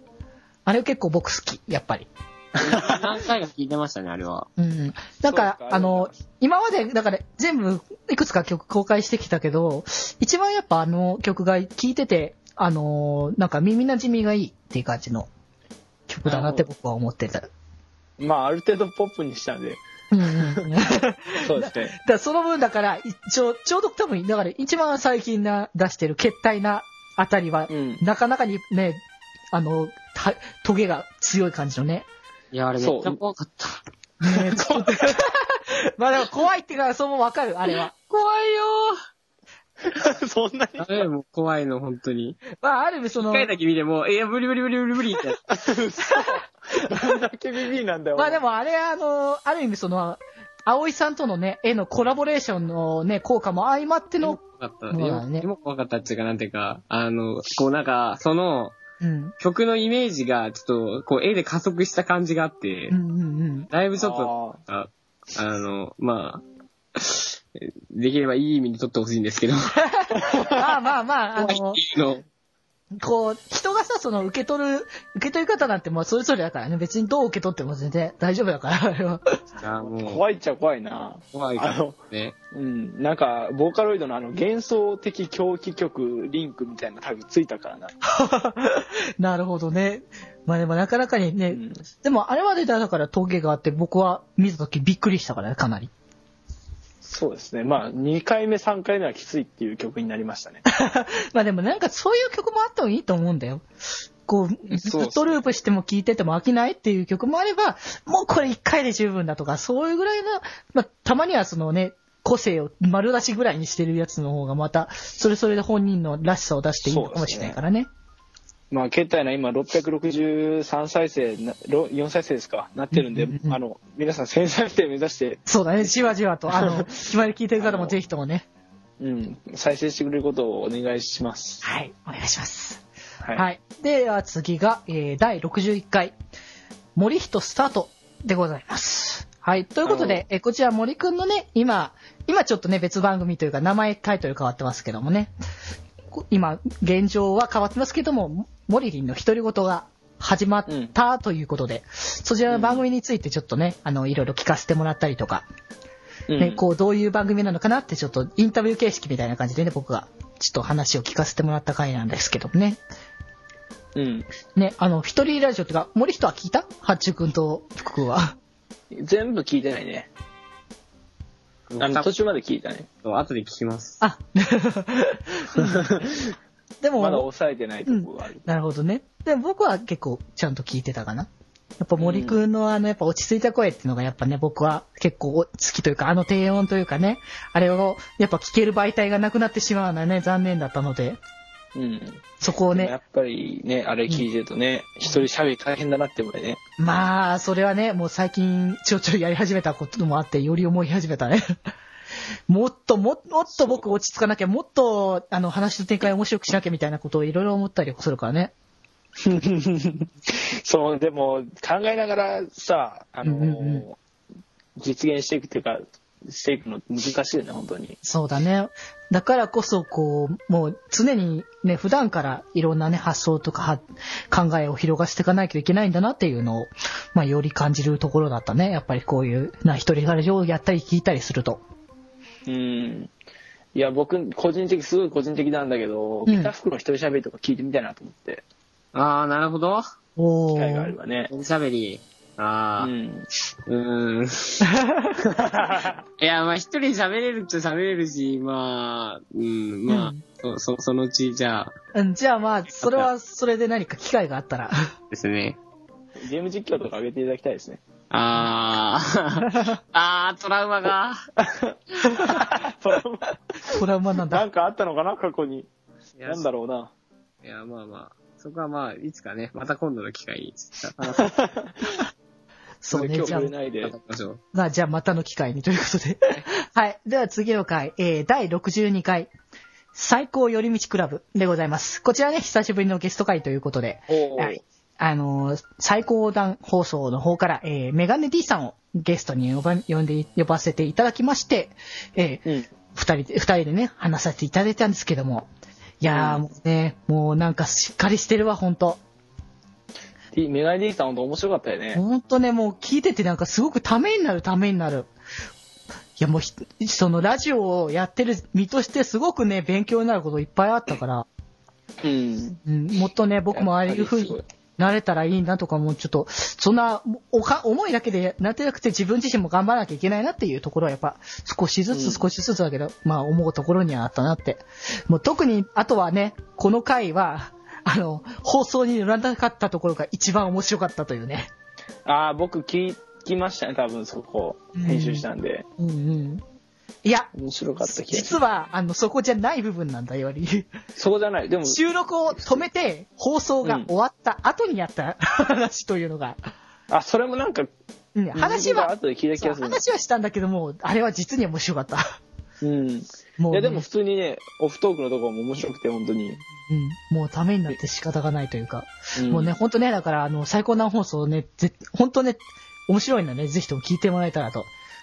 Speaker 1: あれ結構僕好き、やっぱり。
Speaker 5: 何回か聞いてましたね、あれは。
Speaker 1: うん。だから
Speaker 4: そう、か
Speaker 1: あの、今まで、だから全部いくつか曲公開してきたけど、一番やっぱあの曲が聴いてて、あのーなんか耳馴染みがいいっていう感じの曲だなって僕は思ってた。
Speaker 4: まあ、ある程度ポップにしたんで、
Speaker 1: うんうんうん。 <laughs> だか
Speaker 4: そうですね。
Speaker 1: らその分だから、一応、ちょうど多分、だから一番最近な出してる決体なあたりは、
Speaker 4: うん。
Speaker 1: <laughs> なかなかにね、あの、たトゲが強い感じのね、
Speaker 5: いや、あれめっちゃ怖かった。
Speaker 1: ねえ、ちょっとまあでも怖いっていうか、そうもわかる、あれ <laughs> は。
Speaker 5: 怖いよ
Speaker 4: そんなに
Speaker 5: ー。あれもう怖いの、本当に。
Speaker 1: まあある意味そ
Speaker 5: 一
Speaker 1: の、
Speaker 5: 回だけ見ても、いや、無理無理無理無理無理って。
Speaker 4: どんだけビビりなんだよ。
Speaker 1: まあでもあれ、あの、ある意味その、葵さんとのね、絵のコラボレーションのね、効果も相まっての、
Speaker 5: 怖かっ
Speaker 1: そ
Speaker 5: た。
Speaker 1: うだね
Speaker 5: でも怖かったっていうか、なんていうか、あの、こうなんか、その、
Speaker 1: うん、
Speaker 5: 曲のイメージが、ちょっと、こう、絵で加速した感じがあって
Speaker 1: うん、うん
Speaker 5: <laughs>
Speaker 1: うん。
Speaker 5: だいぶちょっと、
Speaker 4: あ
Speaker 5: ああの、まあ、できればいい意味に撮ってほしいんですけど、
Speaker 1: まあまあまあ、あの、
Speaker 5: の、
Speaker 1: こう、人がさ、その受け取る、受け取り方なんてもうそれぞれだからね、別にどう受け取っても全然大丈夫だから、 <laughs> あれは。
Speaker 4: ー
Speaker 5: あも
Speaker 4: 怖いっちゃ怖いな。
Speaker 5: う、怖いか
Speaker 4: あ
Speaker 5: ら
Speaker 4: の、
Speaker 5: ね。
Speaker 4: うん、なんか、ボーカロイドのあの、幻想的狂気曲、リンクみたいなタグついたからな。
Speaker 1: なるほどね。まあでもなかなかにね、
Speaker 4: うん
Speaker 1: でもあれはね、だから峠があって僕は見た時びっくりしたからね、かなり。
Speaker 4: そうですね。まあ、2回目、3回目はきついっていう曲になりましたね。
Speaker 1: <laughs> まあでもなんかそういう曲もあってもいいと思うんだよ。こう、ず
Speaker 5: そう
Speaker 1: っとループしても聴いてても飽きないっていう曲もあれば、もうこれ1回で十分だとか、そういうぐらいの、まあたまにはそのね、個性を丸出しぐらいにしてるやつの方がまた、それそれで本人のらしさを出していいのかもしれないからね。
Speaker 4: まあ、携帯の今、663再生な、ろ4再生ですか、なってるんで、
Speaker 1: うんうんうん
Speaker 4: あの、皆さん1000再生目指して、
Speaker 1: そうだね、じわじわと、あ <laughs> の、決まり聴いてる方もぜひともね、
Speaker 4: うん、再生してくれることをお願いします。
Speaker 1: はい、お願いします。
Speaker 4: はい。
Speaker 1: はい。では次が、えー、第61回、森人スタートでございます。はい。ということ
Speaker 4: な
Speaker 1: で、えーこちら森くんのね、今、今ちょっとね、別番組というか、名前タイトル変わってますけどもね、こ今、現状は変わってますけども、森りんの独り言が始まったということで、そちらの番組についてちょっとね、あの、いろいろ聞かせてもらったりとか、
Speaker 4: うん
Speaker 1: ね、こう、どういう番組なのかなって、ちょっとインタビュー形式みたいな感じでね、僕が、ちょっと話を聞かせてもらった回なんですけどもね。
Speaker 4: うん。
Speaker 1: ね、あの、一人ラジオっていうか、森人は聞いた八中君と福君は。
Speaker 4: 全部聞いてないね。あの、途中まで聞いたね。
Speaker 5: 後で聞きます。
Speaker 1: あ、 <laughs> でも、
Speaker 4: まだ抑えてないとこがある。
Speaker 1: なるほどね。でも僕は結構ちゃんと聞いてたかな。やっぱ森くんのあの、やっぱ落ち着いた声っていうのがやっぱね、僕は結構好きというか、あの低音というかね、あれをやっぱ聞ける媒体がなくなってしまうのはね、残念だったので、
Speaker 4: うん。
Speaker 1: そこを
Speaker 4: や
Speaker 1: ね
Speaker 4: っ、ぱりね、あれ聞いてるとね、一人喋り大変だなって思うよね。 <laughs>
Speaker 1: まあ、それはね、もう最近ちょいちょいやり始めたこともあって、より思い始めたね。 <laughs> もっとも、もっと僕落ち着かなきゃ、もっと、あの、話の展開を面白くしなきゃみたいなことをいろいろ思ったりするからね。
Speaker 4: そう、でも考えながらさ、あの、
Speaker 1: うんうんう
Speaker 4: 実現していくっていうか、していくの難しいよね、本当に。
Speaker 1: そうだね。だからこそ、こう、もう常にね、普段からいろんなね、発想とかは考えを広がしていかないといけないんだなっていうのを、まあ、より感じるところだったね。やっぱりこういう、な、一人ラジオをやったり聞いたりすると。
Speaker 4: うん。いや、僕、個人的、すごい個人的なんだけど、
Speaker 1: うん
Speaker 4: 北福の一人喋りとか聞いてみたいなと思って、
Speaker 5: あー、なるほど。
Speaker 1: お
Speaker 4: 機会があれ
Speaker 1: ー。
Speaker 4: ばね。
Speaker 5: おしゃべり。
Speaker 4: う
Speaker 5: あー、
Speaker 4: ん。
Speaker 5: <laughs> うーん。いや、まあ一人喋れるっちゃ喋れるし、まあ、うん、まあ、そそそのうち、じゃあ、
Speaker 1: うん、じゃあまあ、それは、それで何か機会があったら。
Speaker 5: ですね。
Speaker 4: ゲーム実況とか上げていただきたい
Speaker 1: <laughs>
Speaker 4: ですね。
Speaker 5: あ <laughs> ー、あー、トラウマが。
Speaker 4: トラウマ
Speaker 1: トラウマなん
Speaker 4: な
Speaker 1: だ。
Speaker 4: んかあったのかな、過去に。
Speaker 5: いや
Speaker 4: なんだろうな。
Speaker 5: いや、まあまあ、そこはまあ、いつかね、また今度の機会に、
Speaker 1: そうね、
Speaker 4: 今
Speaker 1: じ
Speaker 4: 日
Speaker 1: ゃあ
Speaker 4: 触れ。ないで。
Speaker 5: ましょう。
Speaker 1: まあ、じゃあまたの機会にということで。 <laughs> はい。では次の回、えー、第62回、最高寄り道クラブでございます。こちらね、久しぶりのゲスト会ということで、
Speaker 4: おー
Speaker 1: はい。あのー最高段放送の方から、えー、メガネ D さんをゲストに呼ば、呼んで、呼ばせていただきまして、えー、
Speaker 4: うん。
Speaker 1: 二人で、二人でね、話させていただいたんですけども、いやー、もうね、もうなんかしっかりしてるわ、ほんと。
Speaker 4: T- メガネ D さん本当面白かったよね。
Speaker 1: ほんとね、もう聞いててなんかすごくためになるためになる。いやもうひ、そのラジオをやってる身としてすごくね、勉強になることいっぱいあったから、
Speaker 4: うん。
Speaker 1: うん、もっとね、僕もああいう風
Speaker 4: やっぱ
Speaker 1: に
Speaker 4: り
Speaker 1: なれたらいいなとかもうちょっと、そんな、おか、思いだけでなってなくて自分自身も頑張らなきゃいけないなっていうところはやっぱ少しず
Speaker 4: うん
Speaker 1: つ少しずつだけど、まあ思うところにはあったなって。もう特に、あとはね、この回は、あの、放送に乗らなかったところが一番面白かったというね。
Speaker 4: ああ、僕聞きましたね、多分そこ。
Speaker 1: うん
Speaker 4: 編集したんで。
Speaker 1: うんうん。いや、
Speaker 4: 面白かった気がす
Speaker 1: 実
Speaker 4: る。
Speaker 1: は、あの、そこじゃない部分なんだより。
Speaker 4: そこじゃない。でも、
Speaker 1: 収録を止めて、放送が終わった後にやった話というのが。
Speaker 4: あ、それもなんか、
Speaker 1: うん、話
Speaker 4: 僕が
Speaker 1: は、
Speaker 4: 後で聞いた気
Speaker 1: そう
Speaker 4: がするな。
Speaker 1: 話はしたんだけども、あれは実に面白かった。
Speaker 4: うん。い
Speaker 1: もうね、
Speaker 4: や、でも普通にね、オフトークのところも面白くて、本当に。
Speaker 1: うん、もうためになって仕方がないというか。
Speaker 4: ん
Speaker 1: もうね、ほんとね、だから、あの、最高難放送ね、ぜほんとね、面白いのでね、ぜひとも聞いてもらえたらと。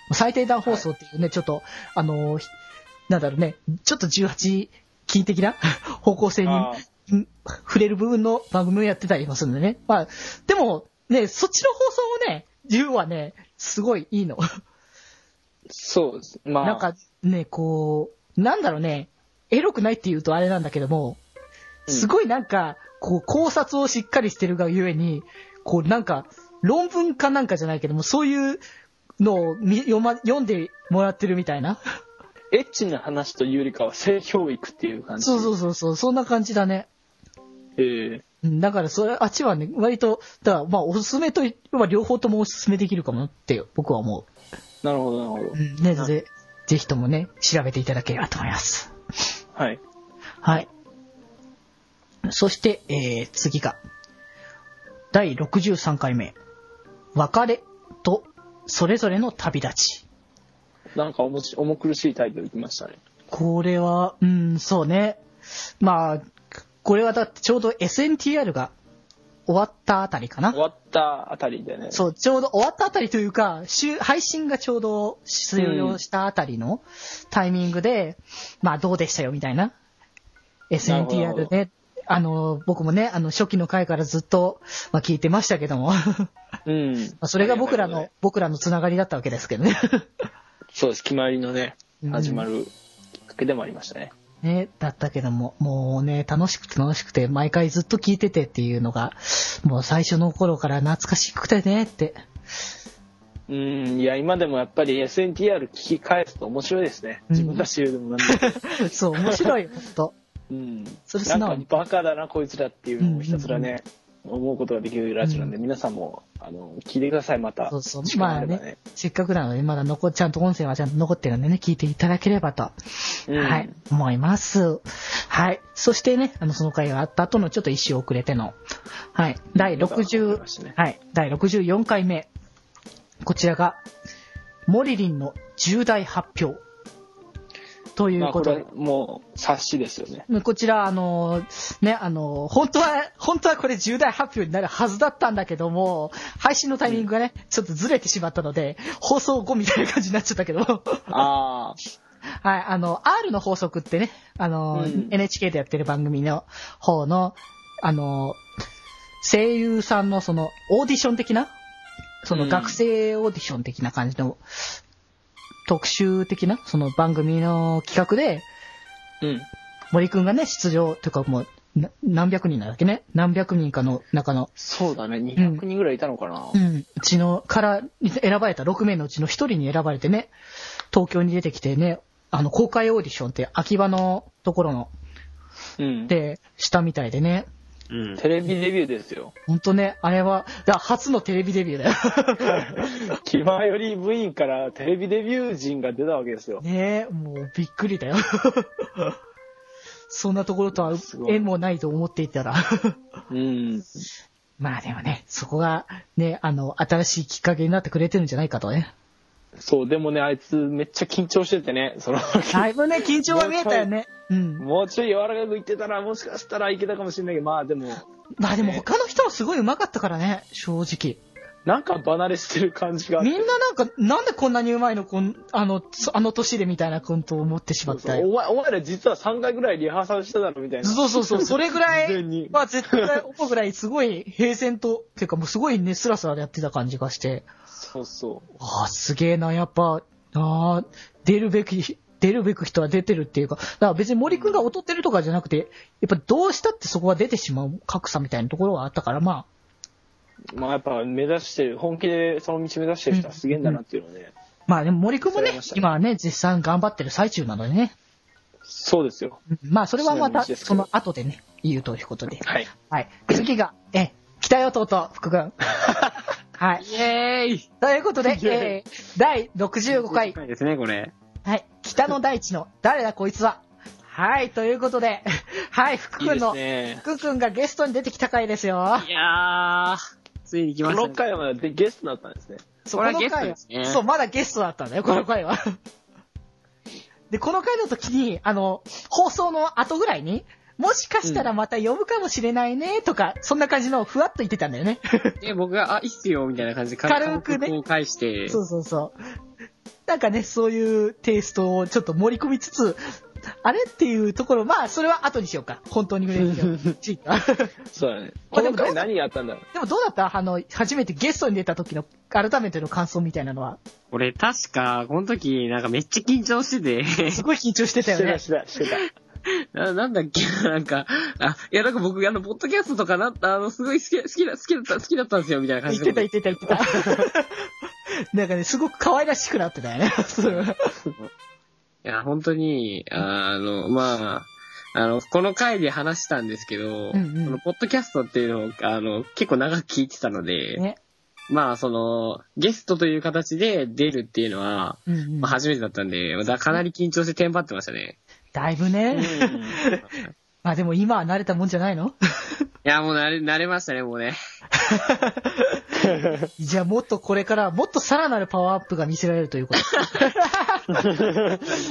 Speaker 1: もう最低段放送っていうね、ちょっと、あの、ひなんだろうね、ちょっと18禁的な <laughs> 方向性に
Speaker 4: あー
Speaker 1: ん触れる部分の番組をやってたりもするんでね。まあ、でも、ね、そっちの放送もね、言うはね、すごいいいの。
Speaker 4: そうです。まあ、
Speaker 1: なんかね、こう、なんだろうね、エロくないって言うとあれなんだけども、
Speaker 4: うん
Speaker 1: すごいなんか、こう考察をしっかりしてるがゆえに、こうなんか、論文かなんかじゃないけども、そういうのをみ読,、ま、読んでもらってるみたい
Speaker 4: <laughs>
Speaker 1: な。
Speaker 4: エッチな話というよりかは性教育っていう感じ。
Speaker 1: そうそうそうそう、そんな感じだね。
Speaker 4: ええ
Speaker 1: うんだから、それ、あっちはね、割と、だから、まあ、おすすめとい、まあ、両方ともおすすめできるかもなって、僕は思
Speaker 4: なるほど、なるほ
Speaker 1: う。う
Speaker 4: ど。
Speaker 1: ん、ね、ぜ、ぜひともね、調べていただければと思います。
Speaker 4: はい。
Speaker 1: はい。そして、えー、次が、第63回目、別れとそれぞれの旅立ち。
Speaker 4: なんかおもし、重苦しいタイトルきましたね。
Speaker 1: これは、うん、そうね。まあ、これはだってちょうど SNTR が終わったあたりかな
Speaker 4: 終。わったあたりでね。
Speaker 1: そう、ちょうど終わったあたりというか、週配信がちょうど終了したあたりのタイミングで、まあどうでしたよみたいな。
Speaker 4: なるほ
Speaker 1: SNTR
Speaker 4: ど
Speaker 1: ね、あの、僕もね、あの初期の回からずっと、まあ、聞いてましたけども、 <laughs> ま
Speaker 4: う。うん。
Speaker 1: あそれが僕ら
Speaker 4: あり
Speaker 1: の、
Speaker 4: がと
Speaker 1: 僕らのつながりだったわけですけどね。 <laughs>
Speaker 4: うねそうです。決まりのね
Speaker 1: う、ん
Speaker 4: 始まるきっかけでもありましたね。
Speaker 1: ね、だったけども、もうね、楽しくて楽しくて、毎回ずっと聞いててっていうのが、もう最初の頃から懐かしくてねって、
Speaker 4: ううん、いや、今でもやっぱり SNTR 聞き返すと面白いですね。
Speaker 1: うん
Speaker 4: 自分たち言うでもなんだけ
Speaker 1: <laughs>
Speaker 4: ど。
Speaker 1: そう、面白いよ、ほんと。
Speaker 4: うん。
Speaker 1: それ
Speaker 4: な
Speaker 1: 素
Speaker 4: ん
Speaker 1: 直
Speaker 4: か
Speaker 1: に。
Speaker 4: バカだな、こいつらっていうのをひたすらね、思うことができるラジオなんで、皆さんも、あの、聞いてください、また。
Speaker 1: そうそう
Speaker 4: 時間
Speaker 1: まあ
Speaker 4: れば
Speaker 1: ね。せっかくなので、まだ残っ、ちゃんと音声はちゃんと残ってるんでね、聞いていただければと、
Speaker 4: うん
Speaker 1: はい、思います。はい。そしてね、あの、その回があった後のちょっと一周遅れての、はい、第60、はい、第64回目。こちらが、モリリンの重大発表。という
Speaker 4: まあ、
Speaker 1: こ
Speaker 4: ことれ、もう、察しですよね。
Speaker 1: こちら、あの、ね、あの、本当は、本当はこれ重大発表になるはずだったんだけども、配信のタイミングがね、ちょっとずれてしまったので、放送後みたいな感じになっちゃったけど、 <laughs> はい、
Speaker 4: ああ、
Speaker 1: あの、R の法則ってね、あの、
Speaker 4: うん
Speaker 1: NHK でやってる番組の方の、あの、声優さんのその、オーディション的な、その
Speaker 4: うん
Speaker 1: 学生オーディション的な感じの、特集的な、その番組の企画で、
Speaker 4: <laughs> うん。
Speaker 1: 森くんがね、出場、というかもう、な何百人なんだっけね何百人かの中の、
Speaker 4: そうだね、200人ぐらいいたのかな。
Speaker 1: うん、うちの、から選ばれた6名のうちの1人に選ばれてね、東京に出てきてね、あの、公開オーディションって秋葉のところの、
Speaker 4: うん。
Speaker 1: で、したみたいでね、
Speaker 5: うん。
Speaker 4: テレビデビューです <laughs> よ。
Speaker 1: ほんとね、あれは、だ初のテレビデビューだ
Speaker 4: <laughs>
Speaker 1: よ。
Speaker 4: キマより部員からテレビデビュー陣が出たわけですよ。
Speaker 1: ねえ、もうびっくりだよ。 <laughs> そんなところとは
Speaker 4: すごい
Speaker 1: 縁もないと思っていた
Speaker 4: <laughs>
Speaker 1: ら。
Speaker 4: うん。
Speaker 1: まあでもね、そこがね、あの、新しいきっかけになってくれてるんじゃないかとね。
Speaker 4: そう、でもね、あいつめっちゃ緊張しててね、その <laughs>
Speaker 1: だいぶね、緊張が見えたよね。うん。
Speaker 4: もうちょい柔らかくいってたら、もしかしたらいけたかもしれないけど、まあでも、
Speaker 1: まあでも他の人もすごい上手かったからね、正直。
Speaker 4: なんか離れしてる感じがあっ
Speaker 1: み
Speaker 4: て
Speaker 1: んななんか、なんでこんなに上手いの、こんあの、そあの年でみたいなことを思ってしまった
Speaker 4: そう
Speaker 1: よ。
Speaker 4: お前、お前ら実は3回ぐらいリハーサルしてたのみたいな。
Speaker 1: そうそうそう、それぐら
Speaker 4: 事前
Speaker 1: い
Speaker 4: に、
Speaker 1: まあ絶対思うぐらいすごい平然と、っていうかもうすごいね、スラスラやってた感じがして、
Speaker 4: そうそう。
Speaker 1: ああ、すげえな、やっぱ、ああ、出るべき、出るべく人は出てるっていうか、だから別に森くんが劣ってるとかじゃなくて、やっぱどうしたってそこは出てしまう格差みたいなところがあったから、まあ、
Speaker 4: まあやっぱ目指してる、本気でその道目指してる人はすげえんだなっていうのはね。
Speaker 1: まあでも森くんも
Speaker 4: わか
Speaker 1: ね
Speaker 4: りまし、た
Speaker 1: 今はね、絶賛頑張ってる最中なのでね。
Speaker 4: そうですよ。
Speaker 1: うんまあそれはまた
Speaker 4: そうですけど
Speaker 1: その後でね、言うということで。
Speaker 4: はい。
Speaker 1: はい。次が、え、北よ弟、福
Speaker 4: <laughs>
Speaker 1: 君。はい。
Speaker 5: イエーイ
Speaker 1: ということで、えー、第65回、
Speaker 5: いですね、これ。
Speaker 1: はい。北の大地の誰だこいつは。はい。ということで、 <laughs> はい。福
Speaker 4: いい
Speaker 1: 君
Speaker 4: です
Speaker 1: の、
Speaker 4: ね。
Speaker 1: 福君がゲストに出てきた回ですよ。
Speaker 5: いやー、ついに来ました
Speaker 4: 6
Speaker 5: ね。
Speaker 4: 回までゲストだったんですね。
Speaker 1: そ
Speaker 5: これ
Speaker 1: こ
Speaker 5: は
Speaker 1: の
Speaker 5: ゲスト
Speaker 1: 回は
Speaker 5: ですね。
Speaker 1: そう、まだゲストだったんだよ、この回は。 <laughs> で、この回の時に、あの、放送の後ぐらいに、もしかしたらまた呼ぶかもしれないね、とか、そんな感じのふわっと言ってたんだよね。
Speaker 5: で、僕が、あ、いいっすよ、みたいな感じで、
Speaker 1: 軽くね
Speaker 5: 感覚を返して、
Speaker 1: そうそうそう。なんかね、そういうテイストをちょっと盛り込みつつ、あれっていうところ、まあ、それは後にしようか。本当にグレープ
Speaker 5: <laughs>
Speaker 1: にしよう
Speaker 4: そうだね。
Speaker 1: まあ
Speaker 4: こ
Speaker 1: で
Speaker 4: の
Speaker 1: も
Speaker 4: 回何があったんだろう。
Speaker 1: <laughs> でもどうだったあの、初めてゲストに出た時の、改めての感想みたいなのは、
Speaker 5: 俺確か、この時、なんかめっちゃ緊張してて、
Speaker 1: すごい緊張してたよ
Speaker 4: して
Speaker 1: ね
Speaker 4: た、。してた、してた。 <laughs>
Speaker 5: ななんだっけ、 <laughs> なんか、あ、いやなんか僕、あの、ポッドキャストとかな、あの、すごい好き、好きだ、好きだった、好きだったんですよ、みたいな感
Speaker 1: 言って
Speaker 5: じで。
Speaker 1: た言ってた言ってた。 <laughs> なんかね、すごく可愛らしくなってたよね。 <laughs> そう
Speaker 5: いや、本当に、あの、まあ、あの、この回で話したんですけど、
Speaker 1: うんうん
Speaker 5: このポッドキャストっていうのを、あの、結構長く聞いてたので、
Speaker 1: ね。
Speaker 5: まあ、その、ゲストという形で出るっていうのは、
Speaker 1: うんうん
Speaker 5: まあ、初めてだったんで、まだかなり緊張してテンパってましたね。
Speaker 1: だいぶね。まあでも今は慣れたもんじゃない <laughs> の
Speaker 5: いや、もう慣れ、慣れましたね、もう
Speaker 1: <laughs>
Speaker 5: ね。
Speaker 1: じゃあもっとこれから、もっとさらなるパワーアップが見せられるということ。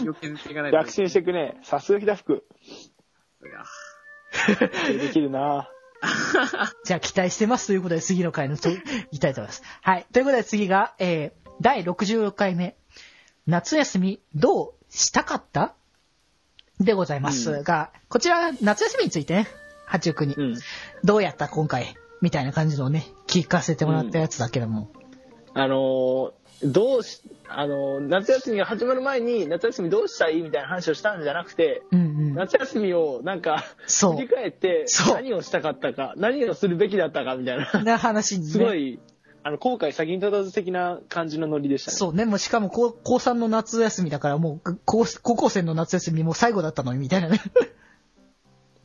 Speaker 5: 身を削っていかないと。
Speaker 4: 躍進していくね。さすが北福。できるな
Speaker 1: じゃあ期待してますということで次の回のと、いきたいと思います。はい。ということで次が、えー、第66回目。夏休みどうしたかったでございますが、こちら夏休みについてね、八中くんに。
Speaker 4: うん。
Speaker 1: どうやった今回みたいな感じのをね、聞かせてもらったやつだけども。
Speaker 4: あのーどうし、あのー夏休みが始まる前に、夏休みどうしたいみたいな話をしたんじゃなくて、
Speaker 1: うんうん。
Speaker 4: <laughs> 夏休みをなんか、
Speaker 1: そう
Speaker 4: 振り返って
Speaker 1: そう、 <laughs>
Speaker 4: 何をしたかったか、何をするべきだったかみたいな、
Speaker 1: な話に、ね。
Speaker 4: すごい、あの、後悔先に立たず的な感じのノリでしたね。
Speaker 1: そうね、もうしかも高高3の夏休みだから、もう高高校生の夏休みもう最後だったのに、みたいなね。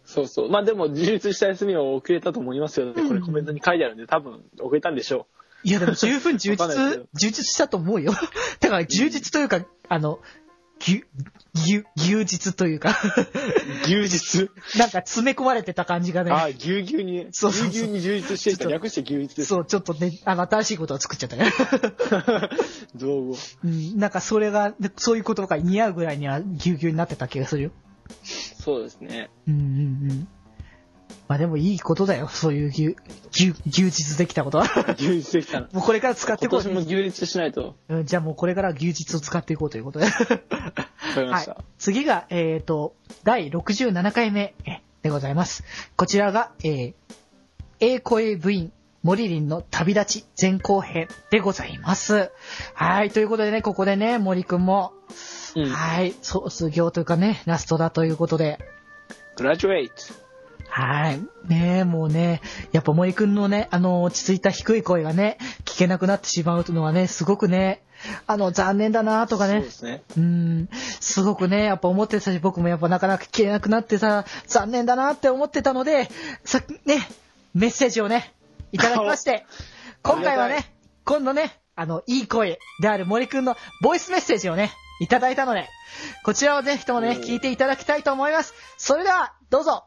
Speaker 4: そうそう。まあでも、充実した休みは遅れたと思いますよ。これコメントに書いてあるんで、多分遅れたんでしょ
Speaker 1: <laughs> いや、でも十分充
Speaker 4: わかんないですけ
Speaker 1: 実
Speaker 4: ど、
Speaker 1: 充実したと思うよ。 <laughs> だから充実というか、あの、ぎゅ、ぎゅ、牛実というか、 <laughs>
Speaker 4: う。牛実
Speaker 1: なんか詰め込まれてた感じが
Speaker 4: あ
Speaker 1: ね、
Speaker 4: あ、ぎゅうぎゅうにね。
Speaker 1: そうそうそう
Speaker 4: ぎゅうぎゅうに充実してい
Speaker 1: ちょ
Speaker 4: た。
Speaker 1: っと
Speaker 4: 略して牛実です。
Speaker 1: そう、ちょっとね、あの、新しいことを作っちゃったね。
Speaker 4: <laughs> 造
Speaker 1: <laughs>
Speaker 4: 語。
Speaker 1: うん、なんかそれが、でそういう言葉が似合うぐらいにはぎゅうぎゅうになってた気がするよ。
Speaker 4: そうですね。
Speaker 1: うんうんうん。まあでもいいことだよ、そういうぎゅ、ぎゅ、牛実できた
Speaker 4: <laughs>
Speaker 1: ことは。
Speaker 4: 牛実できたな。
Speaker 1: もうこれから使ってい
Speaker 4: 今
Speaker 1: こ
Speaker 4: 年
Speaker 1: う。
Speaker 4: も牛実しないと。
Speaker 1: うん、じゃあもうこれからは牛実を使っていこうという
Speaker 4: <laughs>
Speaker 1: ことで。
Speaker 4: わかりました。
Speaker 1: はい、次が、えっ、と、第67回目えでございます。こちらが、えー、A 声部員、モリリンの旅立ち前後編でございます。はい、ということでね、ここでね、森くんも、
Speaker 4: うん
Speaker 1: はい、卒業というかね、ラストだということで、
Speaker 4: グラジュエイト。
Speaker 1: はい、ねえもうね、やっぱ森くんのね、あの、落ち着いた低い声がね、聞けなくなってしまうのはね、すごくね、あの、残念だなとか
Speaker 4: そ
Speaker 1: ね
Speaker 4: うで、すね。
Speaker 1: うーん、すごくね、やっぱ思ってたし、僕もやっぱなかなか聞けなくなってさ、残念だなって思ってたので、さっきね、メッセージをね、いただきま
Speaker 4: <laughs>
Speaker 1: して、今回は
Speaker 4: ありが
Speaker 1: ね、今度ね、あの、いい声である森くんのボイスメッセージをね、いただいたので、こちらをぜひともね、聞いていただきたいと思います。それでは、どうぞ、